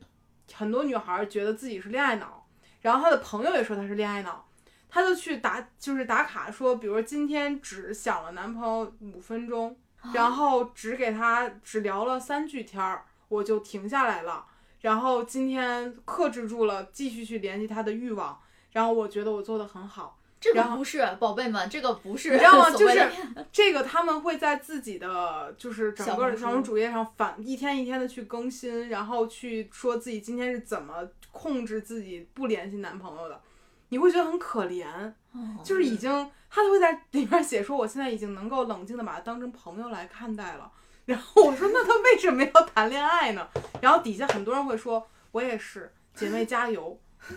B: 很多女孩觉得自己是恋爱脑，然后她的朋友也说她是恋爱脑，她就去打就是打卡说，比如说今天只想了男朋友五分钟，然后只给他只聊了三句天儿，我就停下来了。然后今天克制住了，继续去联系他的欲望，然后我觉得我做的很好。
C: 这个
B: 然后
C: 不是，宝贝们，这个不是
B: 你知道吗？
C: 所
B: 就
C: 谓的
B: 是 这个，他们会在自己的就是整个的小
C: 小红书
B: 红主页上反一天一天的去更新，然后去说自己今天是怎么控制自己不联系男朋友的。你会觉得很可怜，
C: 哦
B: 就是 已经他会在里面写说，我现在已经能够冷静的把他当成朋友来看待了。然后我说那他为什么要谈恋爱呢？然后底下很多人会说，我也是，姐妹加油。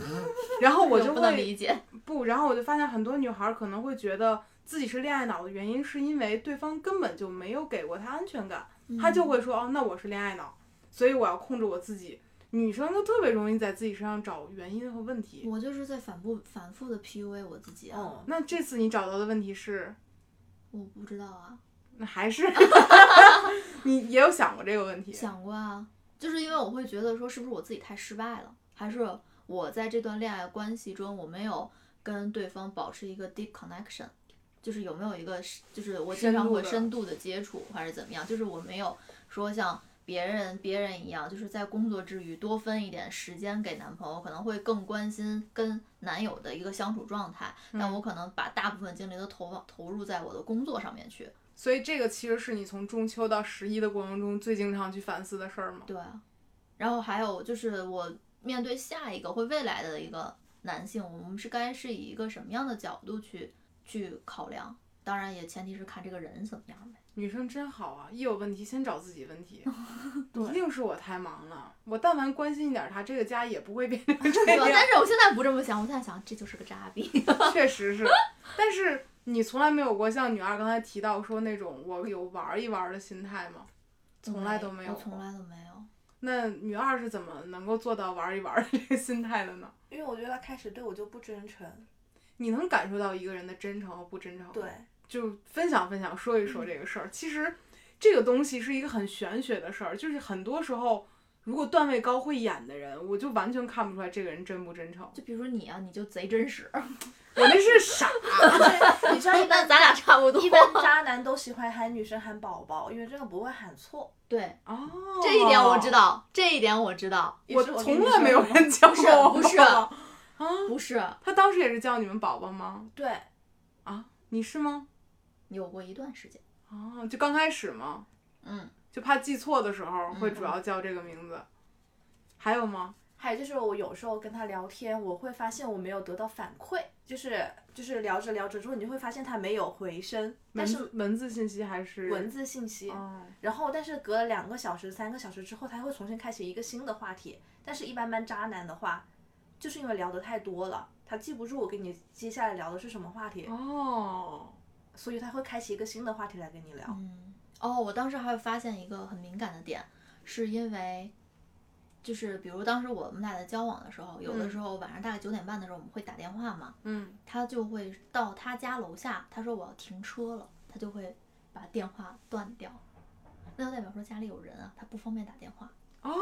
B: 然后我就
C: 不能
B: 会
C: 理解。
B: 不，然后我就发现很多女孩儿可能会觉得自己是恋爱脑的原因，是因为对方根本就没有给过她安全感，她就会说哦，那我是恋爱脑，所以我要控制我自己。女生就特别容易在自己身上找原因和问题。
C: 我就是在反复反复的 PUA 我自己啊，
A: 哦，
B: 那这次你找到的问题是，
C: 我不知道啊，
B: 那还是 你也有想过这个问题？
C: 想过啊，就是因为我会觉得说，是不是我自己太失败了，还是我在这段恋爱关系中我没有跟对方保持一个 deep connection，就是有没有一个是就是我经常会
B: 深
C: 深度的接触还是怎么样，就是我没有说像别人别人一样，就是在工作之余多分一点时间给男朋友，可能会更关心跟男友的一个相处状态，但我可能把大部分精力都投放投入在我的工作上面去，
B: 所以这个其实是你从中秋到十一的过程中最经常去反思的事儿吗？
C: 对啊，然后还有就是我面对下一个或未来的一个男性，我们是该是以一个什么样的角度去去考量？当然也前提是看这个人怎么样呗。
B: 女生真好啊，一有问题先找自己问题，
A: 对
B: 一定是我太忙了。我但凡关心一点她，这个家也不会变成
C: 对 吧
B: 这样。
C: 但是我现在不这么想，我现在想这就是个渣逼。
B: 确实是，但是你从来没有过像女二刚才提到说那种我有玩一玩的心态吗？ 从来都没有
C: 我从
B: 过。
C: 来都没有。
B: 那女二是怎么能够做到玩一玩的这个心态的呢？
A: 因为我觉得他开始对我就不真诚，
B: 你能感受到一个人的真诚和不真诚
C: 哦
B: 吗？
A: 对，
B: 就分享分享，说一说这个事儿。其实这个东西是一个很玄学的事儿，就是很多时候，如果段位高会演的人，我就完全看不出来这个人真不真诚。
C: 就比如说你啊，你就贼真实。
B: 我那是傻，
A: 对你知道 一
C: 那
A: 般
C: 咱俩差 不多。
A: 一般渣男都喜欢喊女生喊宝宝，因为这个不会喊错。
C: 对，
B: 哦，
C: 这一点我知，道，这一点我知道。
A: 也
B: 我
A: 是跟
B: 从
A: 你
B: 来没有
A: 说的
B: 人叫
C: 不是
B: 过我
C: 不是
B: 宝宝
C: 不是，
B: 他当时也是叫你们宝宝吗？
A: 对，
B: 啊，你是吗？
C: 有过一段时间。
B: 哦，就刚开始吗？
C: 嗯，
B: 就怕记错的时候会主要叫这个名字。还有吗？
A: 还有就是我有时候跟他聊天，我会发现我没有得到反馈，就是就是聊着聊着之后，你就会发现他没有回声，
B: 文
A: 但
B: 字
A: 是
B: 文字信息还是
A: 文？字信息，
B: 哦，
A: 然后但是隔了两个小时、三个小时之后，他会重新开启一个新的话题。但是，一般般渣男的话，就是因为聊得太多了，他记不住我跟你接下来聊的是什么话题，
B: 哦，
A: 所以他会开启一个新的话题来跟你聊。
C: 嗯，哦，我当时还有发现一个很敏感的点，是因为，就是比如当时我们俩在交往的时候，有的时候晚上大概九点半的时候我们会打电话嘛，
B: 嗯，
C: 他就会到他家楼下，他说我要停车了，他就会把电话断掉，那就代表说家里有人啊，他不方便打电话。
B: 哦，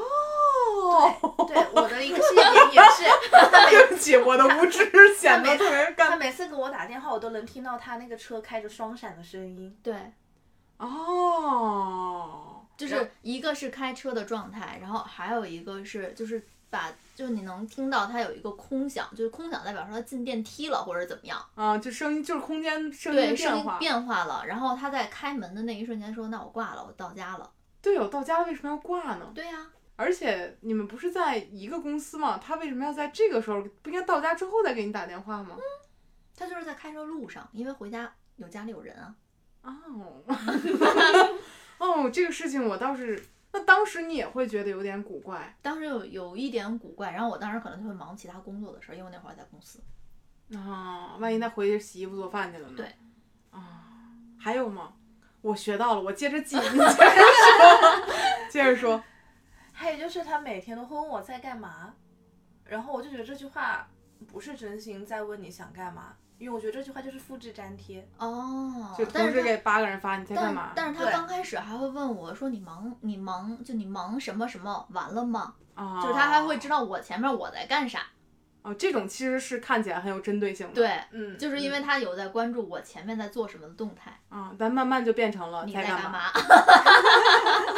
A: 对，我的一个细节也是，
B: 对 不起，我的无 知显得特别
A: 他
B: 干。
A: 每次给我打电话，我都能听到他那个车开着双闪的声音。
C: 对，
B: 哦，
C: 就是一个是开车的状态，然后还有一个是就是把就是你能听到他有一个空响，就是空响代表说他进电梯了或者怎么样。
B: 啊，就声音就是空间声音
C: 对，
B: 的
C: 声
B: 变
C: 音
B: 化。
C: 变化了。然后他在开门的那一瞬间说：“那我挂了，我到家了。
B: 对哦，到家了为什么要挂呢”？
C: 对呀、
B: 而且你们不是在一个公司吗？他为什么要在这个时候？不应该到家之后再给你打电话吗？
C: 他就是在开车路上，因为回家有家里有人啊。
B: 哦，哦， 这个事情我倒是，那当时你也会觉得有点古怪
C: 当时有有一点古怪，然后我当时可能就会忙其他工作的事儿，因为那会儿在公司。
B: 啊、万一他回去洗衣服做饭去了呢？
C: 对
B: 啊、还有吗？我学到了，我接着记，你接 着说，接着说。
A: 还有就是他每天都会问我在干嘛，然后我就觉得这句话不是真心在问你想干嘛，因为我觉得这句话就是复制粘贴。
C: 哦
B: 就，
C: 但
B: 同时
C: 是他
B: 给八个人发，你在干嘛
C: 但？但是他
A: 对
C: 刚开始还会问我说：“你忙你忙就你忙什么什么完了吗？”
B: 啊，
C: 就是他还会知道我前面我在干啥。
B: 哦，这种其实是看起来很有针对性的。
C: 对，
A: 嗯，
C: 就是因为他有在关注我前面在做什么的动态，
B: 啊，但慢慢就变成了
C: 你
B: 在
C: 在
B: 干
C: 干嘛？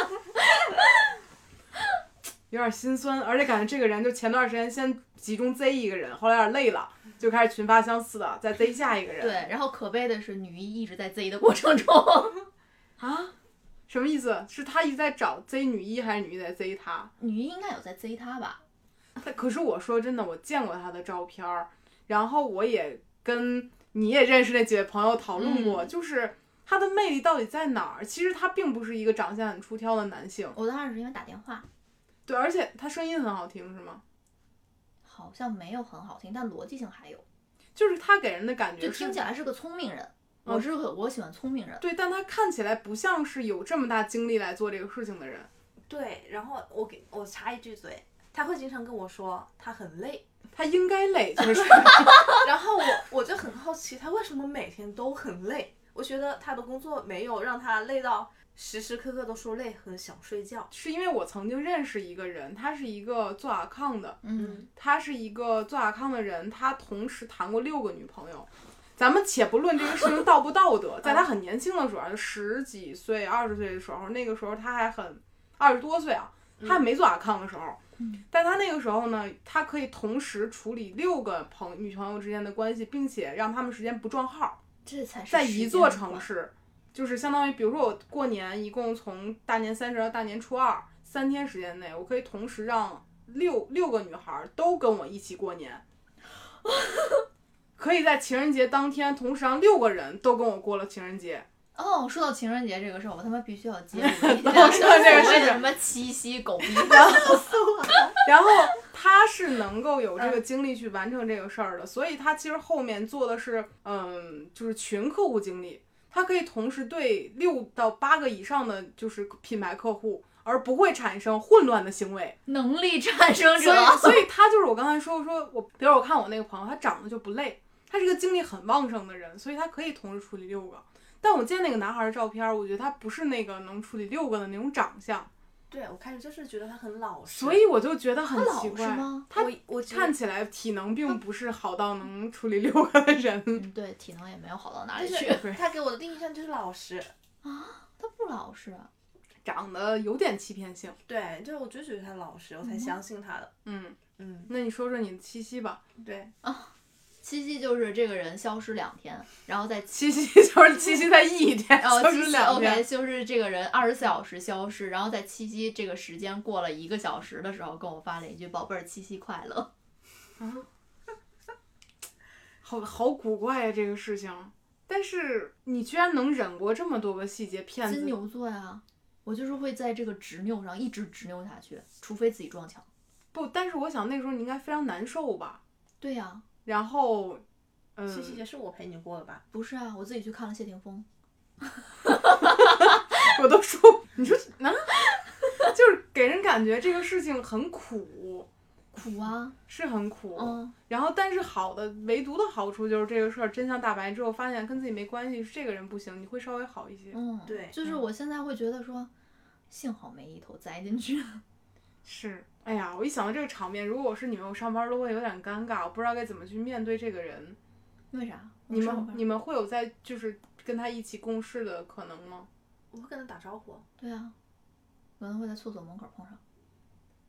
B: 有点心酸，而且感觉这个人就前段时间先集中 Z 一个人，后来有点累了，就开始群发相似的，再 Z 下一个人。
C: 对，然后可悲的是，女一一直在 Z 的过程中，
B: 啊，什么意思？是他一直在找 Z 女一，还是女一在 Z 他？
C: 女一应该有在 Z 他吧？
B: 他可是我说真的，我见过他的照片
C: 嗯
B: 儿，然后我也跟你也认识那几位朋友讨论过，就是他的魅力到底在哪儿？其实他并不是一个长相很出挑的男性，
C: 我当时是因为打电话，
B: 对，而且他声音很好听，是吗？
C: 好像没有很好听，但逻辑性还有，
B: 就是他给人的感觉
C: 就是听起来是个聪明人。
B: 嗯
C: 我是个我喜欢聪明人，
B: 对，但他看起来不像是有这么大精力来做这个事情的人。
A: 对，然后我给我插一句嘴，他会经常跟我说他很累，
B: 他应该累，就是
A: 然后我 我就很好奇他为什么每天都很累。我觉得他的工作没有让他累到时时刻刻都说累，很想睡 觉。
B: 是因为我曾经认识一个人，他是一个做阿康的，
C: 嗯，
B: 他是一个做阿康的人，他同时谈过六个女朋友。咱们且不论这个事情道不道德，在他很年轻的时候，啊十几岁、二十岁的时候，那个时候他还很二十多岁啊，他还没做阿康的时候，
C: 嗯
B: 但他那个时候呢，他可以同时处理六个朋女朋友之间的关系，并且让他们之间不撞号。
C: 这才是
B: 在
C: 时
B: 一
C: 间
B: 座
C: 的
B: 城
C: 管，
B: 市，就是相当于，比如说我过年一共从大年三十到大年初二三天时间内，我可以同时让六六个女孩儿都跟我一起过年， 可以在情人节当天同时让六个人都跟我过了情人节。
C: 哦，说到情人节这个事儿，我他妈必须要接住一下
B: 我说这个
C: 所谓
B: 事儿
C: 的什么七夕狗逼
B: 然后他是能够有这个
C: 嗯
B: 精力去完成这个事儿的，所以他其实后面做的是，嗯，就是群客户经理，他可以同时对六到八个以上的就是品牌客户，而不会产生混乱的行为。
C: 能力产生者
B: 所，以，所以他就是我刚才说，我说我，比如我看我那个朋友，他长得就不累，他是个精力很旺盛的人，所以他可以同时处理六个。但我见那个男孩的照片，我觉得他不是那个能处理六个的那种长相，
A: 对我开始就是觉得他很老实，
B: 所以我就觉得很
C: 他老
B: 奇怪
C: 实吗。
B: 他
A: 我我觉得
B: 看起来体能并不是好到能处理六个的人。
C: 嗯，对，体能也没有好到哪
A: 就
C: 里去，
A: 是他给我的第一印象就是老实，
C: 他不老实啊。
B: 长得有点欺骗性，
A: 对，就是我就觉得他老实，我才相信他的。
B: 嗯，
A: 嗯，
B: 那你说说你的七夕吧，
A: 对，
C: 七夕就是这个人消失两天，然后在
B: 七夕 就是七夕在一天，
C: 哦，
B: 就
C: 七
B: 是
C: 夕
B: 两天
C: OK，就是这个人二十四小时消失，然后在七夕这个时间过了一个小时的时候，跟我发了一句“宝贝儿，七夕快乐
B: 好好古怪呀、啊这个事情。但是你居然能忍过这么多个细节”。骗
C: 金
B: 子，
C: 牛座呀，我就是会在这个执拗上一直执拗下去，除非自己撞墙。
B: 不？但是我想那时候你应该非常难受吧？
C: 对呀、
B: 然后，嗯，
A: 七夕节是我陪你过的吧？
C: 不是啊，我自己去看了谢霆锋。
B: 我都说，你 说啊， 就是给人感觉这个事情很苦，
C: 苦啊，
B: 是很苦。
C: 嗯，
B: 然后，但是好的，唯独的好处就是这个事儿真相大白之后，发现跟自己没关系，是这个人不行，你会稍微好一些。
C: 嗯，
A: 对
C: 就是我现在会觉得说，幸好没一头栽进去。
B: 是，哎呀，我一想到这个场面，如果我是你们，我上班都会有点尴尬，我不知道该怎么去面对这个人。
C: 为啥？
B: 你
C: 我上
B: 们
C: 班
B: 你们会有在就是跟他一起共事的可能吗？
A: 我会跟他打招呼，
C: 对啊，可能会在厕所门口碰上。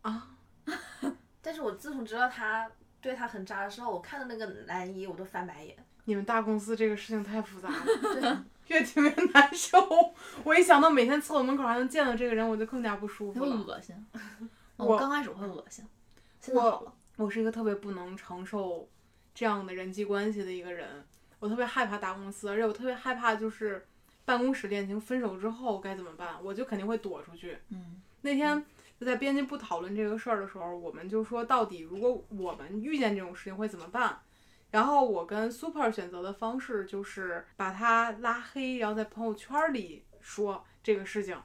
B: 啊，
A: 但是我自从知道他对他很渣的时候，我看到那个男一我都翻白眼。
B: 你们大公司这个事情太复杂 了，
A: 对，
C: 啊
B: 越听越难受。 我一想到每天厕所门口还能见到这个人，我就更加不舒
C: 你
B: 服
C: 会
B: 了。
C: 恶心。嗯
B: 我
C: 我刚开始会恶心，现在好了。
B: 我是一个特别不能承受这样的人际关系的一个人，我特别害怕大公司，而且我特别害怕就是办公室恋情分手之后该怎么办，我就肯定会躲出去。
C: 嗯
B: 那天就在编辑部讨论这个事儿的时候，我们就说到底如果我们遇见这种事情会怎么办。然后我跟 Super 选择的方式就是把他拉黑，然后在朋友圈里说这个事情，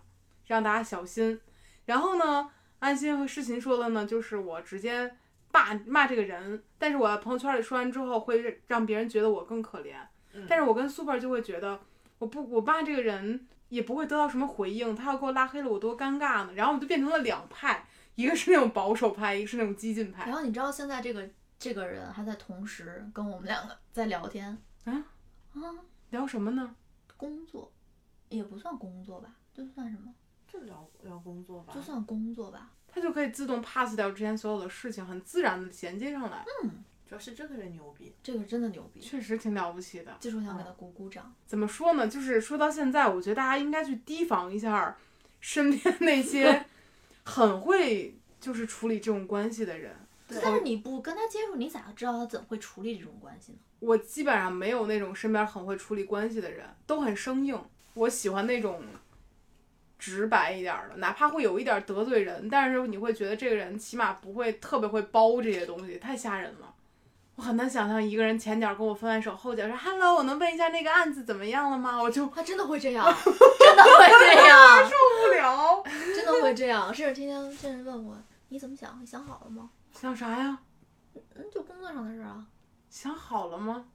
B: 让大家小心。然后呢，安心和诗琴说的呢，就是我直接骂骂这个人，但是我在朋友圈里说完之后，会让别人觉得我更可怜。
A: 嗯
B: 但是我跟 Super 就会觉得，我不我骂这个人也不会得到什么回应，他要给我拉黑了，我多尴尬呢。然后我们就变成了两派，一个是那种保守派，一个是那种激进派
C: 然。后你知道现在这个这个人还在同时跟我们两个在聊天
B: 啊
C: 啊，
B: 聊什么呢？
C: 工作也不算工作吧，这算什么？
A: 就聊聊工作吧。
C: 就算工作吧。
B: 他就可以自动 pass 掉之前所有的事情，很自然的衔接上来，
A: 主要是这个人牛逼，
C: 这个真的牛逼，
B: 确实挺了不起的。
C: 就是我想给他鼓鼓掌。
B: 怎么说呢？就是说到现在，我觉得大家应该去提防一下儿身边那些 很会就是处理这种关系的人。
A: 对
C: 但是你不跟他接触，你咋知道他怎么会处理这种关系呢？
B: 我基本上没有那种身边很会处理关系的人，都很生硬。我喜欢那种直白一点儿的，哪怕会有一点儿得罪人，但是你会觉得这个人起码不会特别会包这些东西，太吓人了。我很难想象一个人前脚跟我分完手，后脚说 “hello，我能问一下那个案子怎么样了吗？”我就
C: 他真的会这样， 真的会这样，
B: 不 了，
C: 真的会这样，甚至天天甚至问我你怎么想，你想好了吗？
B: 想啥呀？
C: 嗯，就工作上的事儿啊。
B: 想好了吗？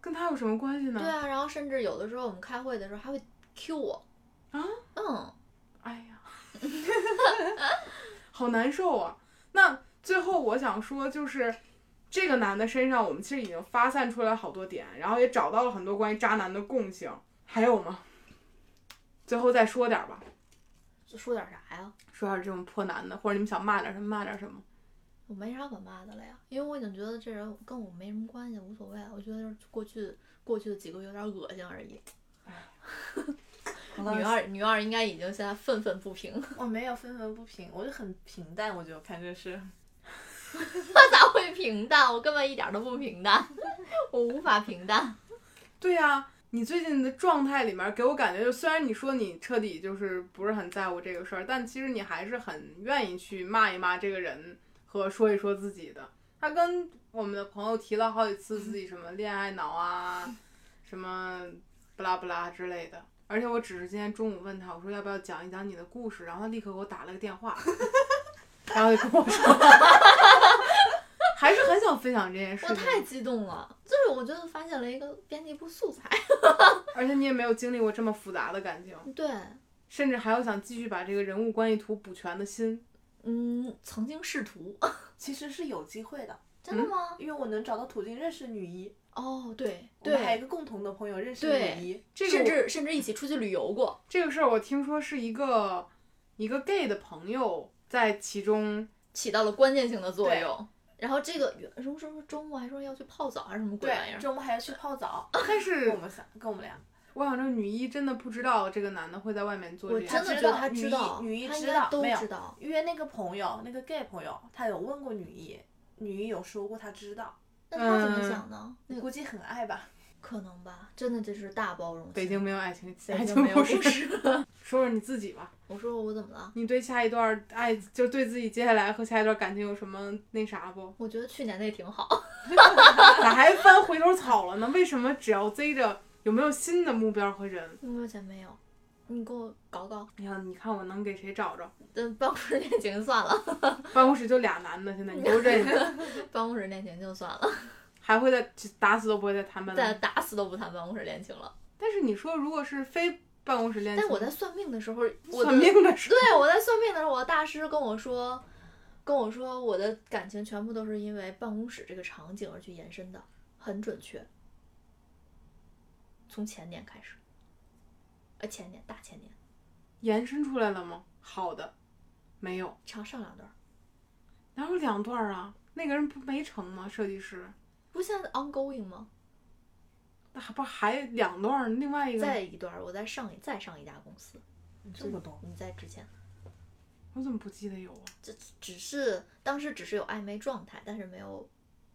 B: 跟他有什么关系呢？
C: 对啊，然后甚至有的时候我们开会的时候还会 Q 我
B: 啊，
C: 嗯，
B: 哎呀， 好难受啊！那最后我想说，就是这个男的身上，我们其实已经发散出来好多点，然后也找到了很多关于渣男的共性，还有吗？最后再说点儿吧，
C: 就说点啥呀？
B: 说点这种破男的，或者你们想骂点什么骂点什么。
C: 我没啥可骂的了呀，因为我已经觉得这人跟我没什么关系，无所谓了。我觉得就是过去过去的几个有点恶心而已。
B: 好
C: 女
B: 了，
C: 二女二应该已经现在愤愤不平，
A: 我没有愤愤不平，我就很平淡，我就看这 事。
C: 她 咋会平淡？我根本一点都不平淡， 我无法平淡。
B: 对呀、你最近的状态里面给我感觉，就虽然你说你彻底就是不是很在乎这个事儿，但其实你还是很愿意去骂一骂这个人和说一说自己的。他跟我们的朋友提了好几次自己什么恋爱脑啊，什么不拉不拉之类的。而且我只是今天中午问他，我说要不要讲一讲你的故事，然后他立刻给我打了个电话，然后就跟我说，还是很想分享这件事
C: 我
B: 情。
C: 太激动了，就是我觉得发现了一个编辑部素材。
B: 而且你也没有经历过这么复杂的感情。
C: 对，
B: 甚至还有想继续把这个人物关系图补全的心。
C: 嗯，曾经试图，嗯
A: 其实是有机会的，
C: 真的吗？
A: 因为我能找到途径认识女一，
C: 哦，对
A: 我们还有
C: 对
A: 一，个共同的朋友认识
C: 对
A: 女一，
B: 这个
C: 甚
B: 我
C: 至甚至一起出去旅游过。
B: 这个事儿，我听说是一个一个 gay 的朋友在其中，
C: 起到了关键性的作
A: 对
C: 用。然后这个什么什么周末还说要去泡澡还是什么鬼玩意
A: 对，
C: 儿？
A: 周末还要去泡澡，
B: 但
A: 跟
B: 是
A: 我们仨，跟我们俩，
B: 我想这个女一真的不知道这个男的会在外面做
C: 我
B: 这
C: 真
B: 样。
C: 的觉
A: 知
C: 得
A: 道
C: 他
A: 女
C: 知
A: 一
C: 道，
A: 女一
C: 他应
A: 知
C: 该
A: 道
C: 都
A: 没有
C: 知道。
A: 约那个朋友，那个 gay 朋友，他有问过女一，女一有说过她知道，
C: 那他怎么
B: 嗯
C: 想呢？那个
A: 估计很爱吧。
C: 可能吧，真的这是大包容性。
B: 北京没有爱情，
C: 北
B: 爱
C: 京
B: 情
C: 没有
B: 事
C: 故。事。
B: 说说你自己吧，
C: 我说我怎么了？
B: 你对下一段爱，就对自己接下来和下一段感情有什么那啥不？
C: 我觉得去年那挺好。
B: 咋还翻回头草了呢？为什么只要追着有没有新的目标和人？
C: 目前没有，你给我搞搞。
B: 你看，你看我能给谁找着？
C: 嗯，办公室恋情算了，
B: 办公室就俩男的，现在你都认识，
C: 办公室恋情就算了，
B: 还会再打死都不会再谈伴
C: 再
B: 侣。
C: 打死都不谈办公室恋情了。
B: 但是你说如果是非办公室恋情，
C: 但我在算命的时候，我
B: 嗯算
C: 的
B: 命的时候，
C: 对，我在算命的时候，我的大师跟我说，跟我说我的感情全部都是因为办公室这个场景而去延伸的，很准确。从前年开始，呃，前年大前年，
B: 延伸出来了吗？好的，没有，
C: 上上两段儿，
B: 哪有两段儿啊？那个人不没成吗？设计师，
C: 不是现在 ongoing 吗？
B: 那还不还两段儿？另外一个，
C: 再一段儿，我在上一再上一家公司，
A: 这么 多，
C: 你在之前，
B: 我怎么不记得有啊？
C: 这只是当时只是有暧昧状态，但是没有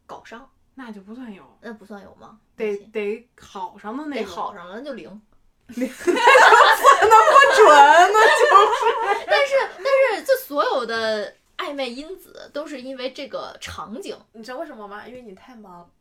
C: 搞上，
B: 那就不算有，
C: 那不算有吗？
B: 得
C: 不行
B: 得考上的那
C: 得
B: 个，
C: 好上了那就零。
B: 不准那就
C: 但是但是这所有的暧昧因子都是因为这个场景
A: 你知道为什么吗？因为你太忙，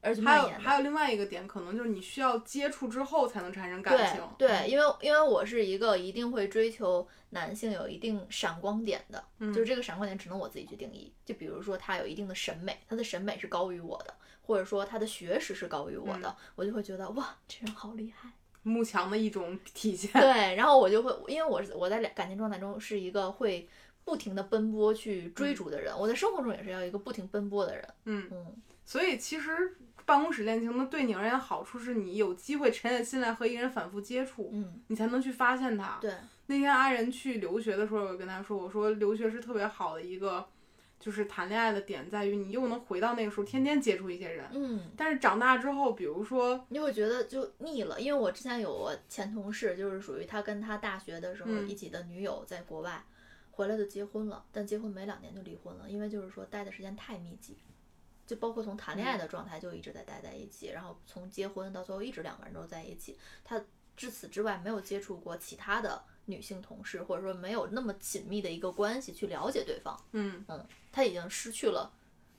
C: 而去
B: 还有
C: 蔓延的。
B: 还有另外一个点，可能就是你需要接触之后才能产生感
C: 对
B: 情。
C: 对，因为因为我是一个一定会追求男性有一定闪光点的，
B: 嗯
C: 就是这个闪光点只能我自己去定义。就比如说他有一定的审美，他的审美是高于我的，或者说他的学识是高于我的，
B: 嗯
C: 我就会觉得哇，这人好厉 害。
B: 慕强的一种体现。
C: 对，然后我就会，因为我是我在两感情状态中是一个会不停的奔波去追逐的人，我在生活中也是要一个不停奔波的人。
B: 嗯，
C: 嗯，
B: 所以其实办公室恋情呢，对你而言好处是你有机会沉下心来和一个人反复接触，
C: 嗯，
B: 你才能去发现他。
C: 对，
B: 那天阿仁去留学的时候，我跟他说，我说留学是特别好的一个，就是谈恋爱的点在于你又能回到那个时候，天天接触一些人。
C: 嗯，
B: 但是长大之后，比如说，
C: 你就会觉得就腻了，因为我之前有我前同事，就是属于他跟他大学的时候
B: 嗯
C: 一起的女友在国外，回来就结婚了，但结婚没两年就离婚了，因为就是说待的时间太密集，就包括从谈恋爱的状态就一直在待在一起，然后从结婚到最后一直两个人都在一起，他至此之外没有接触过其他的女性同事，或者说没有那么紧密的一个关系去了解对方，
B: 嗯
C: 他已经失去了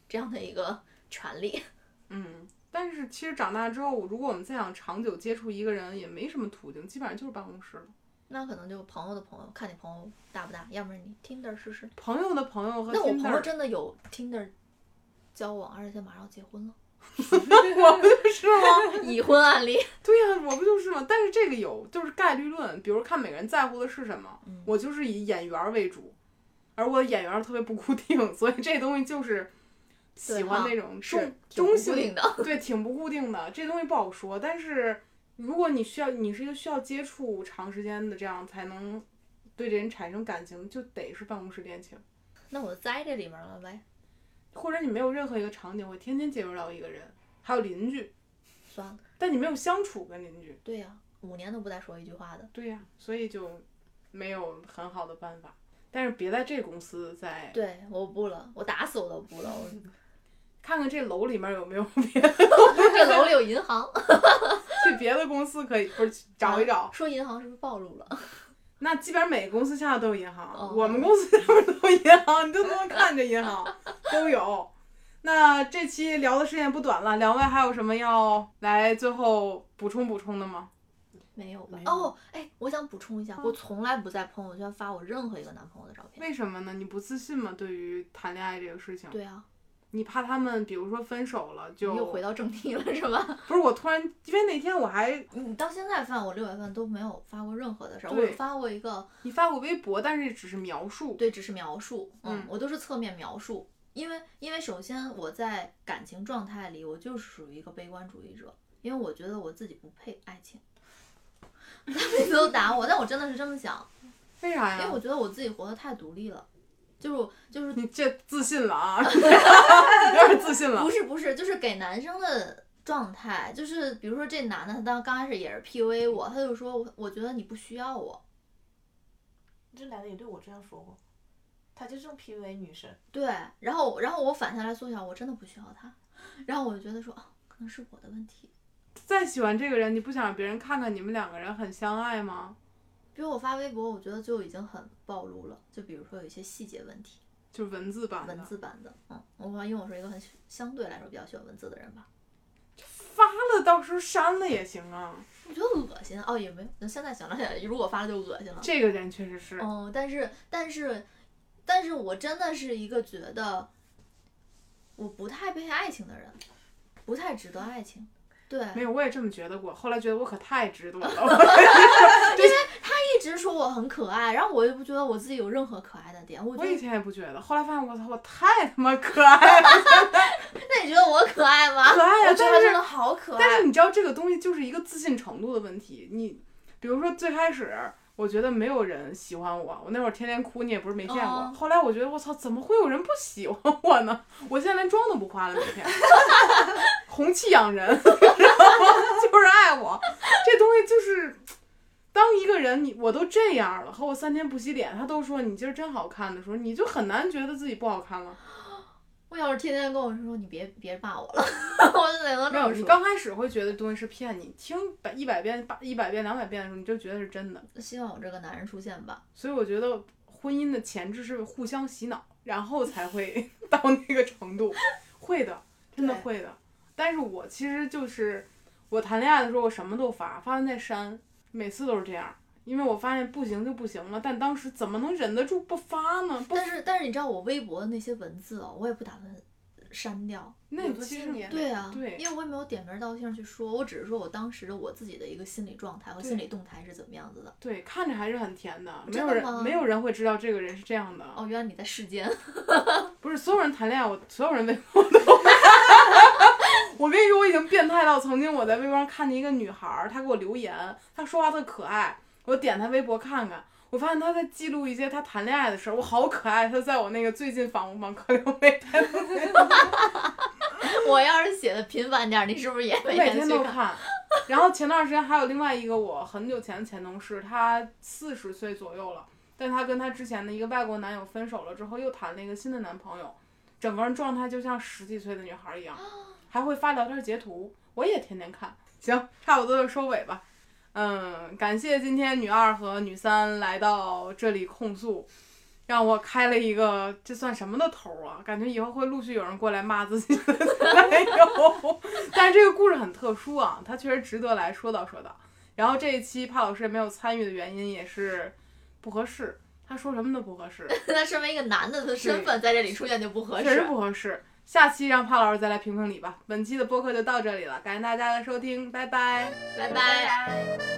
C: 这样的一个权利。
B: 嗯。但是其实长大之后，如果我们再想长久接触一个人，也没什么途径，基本上就是办公室了。
C: 那可能就朋友的朋友，看你朋友大不大，要不然你 Tinder 试试。
B: 朋友的朋友和
C: 那我朋友
B: 哦 Tinder，
C: 真的有 Tinder 交往，而且马上结 婚了，
B: 我不 就是吗？
C: 已婚案例。
B: 对呀、我不就是吗？但是这个有就是概率论，比如看每个人在乎的是什么。
C: 嗯
B: 我就是以眼缘儿为主，而我的眼缘儿特别不固定， 所以这东西就是 喜欢那种中
C: 挺
B: 中
C: 不固
B: 性
C: 定的，
B: 对，挺不固定的，这东西不好说。但是如果你需要，你是一个需要接触长时间的，这样才能对这人产生感情，就得是办公室恋情。
C: 那我栽这里面了呗，
B: 或者你没有任何一个场景会天天接触到一个人，还有邻居，
C: 算了。
B: 但你没有相处跟邻居，
C: 对呀、五年都不带说一句话的。
B: 对呀、所以就没有很好的办法。但是别在这公司再
C: 对，我不了，我打死我都不了。 我
B: 看看这楼里面有没有别 的，
C: 这楼里有银行，
B: 去别的公司可以不是 找一找。
C: 说银行是不是暴露了？
B: 那基本上每个公司下面都有银行，
C: 哦
B: 我们公司下面都有银行，你都能看着银行都有。那这期聊的时间也不短了，两位还有什么要来最后补充补充的吗？
C: 没有吧
A: 没？有
C: 哦，哎，我想补充一下，我从来不在朋友圈发我任何一个男朋友的照片。
B: 为什么呢？你不自信吗？对于谈恋爱这个事情，
C: 对啊，
B: 你怕他们，比如说分手了
C: 你
B: 就
C: 又回到正题了是 吧？
B: 不是我突然，因为那天我还
C: 你嗯到现在翻我六月份都没有发过任何的事儿，我
B: 对
C: 有发过一个，
B: 你发过微博，但是只是描述，
C: 对，只是描述，嗯
B: 嗯，
C: 我都是侧面描述，因为因为首先我在感情状态里，我就是属于一个悲观主义者，因为我觉得我自己不配爱情。 他每次都打我，但我真的是这么想，
B: 为啥
C: 因为
B: 呀
C: 哎我？觉得我自己活得太独立了，就是就是
B: 你这自信了 啊，有点自信了
C: 不。是不是，就是给男生的状态，就是比如说这男的，他当刚开始也是 PUA 我，他就说我我觉得你不需要我，
A: 这男的也对我这样说过，他就这种 PUA 女生。
C: 对，然后然后我反下来缩小，我真的不需要他，然后我就觉得说啊，可能是我的问题。
B: 再喜欢这个人，你不想让别人看看你们两个人很相爱吗？
C: 比如我发微博，我觉得就已经很暴露了，就比如说有一些细节问题，
B: 就是文字版的
C: 文字版的，嗯，我因为我是一个很喜相对来说比较喜欢文字的人吧，
B: 发了，到时候删了也行啊。
C: 我觉得恶心哦，也没，有，现在想了想，如果发了就恶心了，
B: 这个人确实是，
C: 嗯，但是但是但是我真的是一个觉得我不太被爱情的人，不太值得爱情。对，
B: 没有，我也这么觉得过。后来觉得我可太值得 了，
C: 一直说我很可爱，然后我又不觉得我自己有任何可爱的点。我觉
B: 我以
C: 得，
B: 前也不觉得，后来发现我操，我太他妈可爱了，
C: 那你觉得我可爱吗？
B: 可爱
A: 我
B: 啊！
A: 觉得他
B: 但
A: 真
B: 是
A: 的好可
B: 但
A: 爱
B: 是。你知道这个东西就是一个自信程度的问题。你比如说最开始我觉得没有人喜欢我，我那会儿天天哭，你也不是没见过。
C: 哦
B: 后来我觉得我操，怎么会有人不喜欢我呢？我现在连妆都不化了，每天 红气养人， 然后就是爱我。这东西就是。当一个人你我都这样了，和我三天不洗脸，他都说你今儿真好看的时候，你就很难觉得自己不好看了。
C: 我要是天天跟我说你别别骂我了， 我就得能
B: 没
C: 这
B: 有，
C: 么
B: 你
C: 说。
B: 刚开始会觉得东西是骗你，听百一百遍、八一百遍、两百遍的时候，你就觉得是真的。
C: 希望我这个男人出现吧。
B: 所以我觉得婚姻的前置是互相洗脑，然后才会 到那个程度。会的，真的
A: 对
B: 会的。但是我其实就是我谈恋爱的时候，我什么都发，发完再删，每次都是这样。因为我发现不行就不行了，但当时怎么能忍得住不发呢？不，
C: 但是但是你知道我微博的那些文字哦，我也不打算删掉。
B: 那
A: 有
B: 你
A: 的
B: 其实
A: 青年
C: 对啊，
B: 对
C: 因为我也没有点名道姓去说，我只是说我当时我自己的一个心理状态和
B: 对
C: 心理动态是怎么样子的。
B: 对看着还是很甜的，没
C: 真
B: 有
C: 的
B: 人
C: 吗
B: 没有人会知道这个人是这样的。
C: 哦，原来你在世间，
B: 不是所有人谈恋爱， 我所有人微博都。我跟你说，我已经变态到曾经我在微博上看见一个女孩儿，她给我留言，她说话特可爱，我点她微博看看，我发现她在记录一些她谈恋爱的事儿，我好可爱。她在我那个最近访问客流媒体，
C: 我要是写的频繁点儿，你是不是也
B: 我
C: 每
B: 每
C: 天
B: 天
C: 去
B: 都
C: 看？
B: 看。然后前段时间还有另外一个我很久前的前同事，她四十岁左右了，但她跟她之前的一个外国男友分手了之后，又谈了一个新的男朋友，整个人状态就像十几岁的女孩一样，还会发聊天截图，我也天天看。行，差不多就收尾吧。嗯，感谢今天女二和女三来到这里控诉，让我开了一个这算什么的头儿啊？感觉以后会陆续有人过来骂自己的 男友。 但是这个故事很特殊啊，它确实值得来说道说道。然后这一期帕老师也没有参与的原因也是不合适，他说什么都不合适，
C: 那身为一个男的的身份在这里出现就不合
B: 确实
C: 适。
B: 不合适。下期让帕老师再来评评理吧。本期的播客就到这里了，感谢大家的收听，拜拜
C: 拜
A: 拜拜。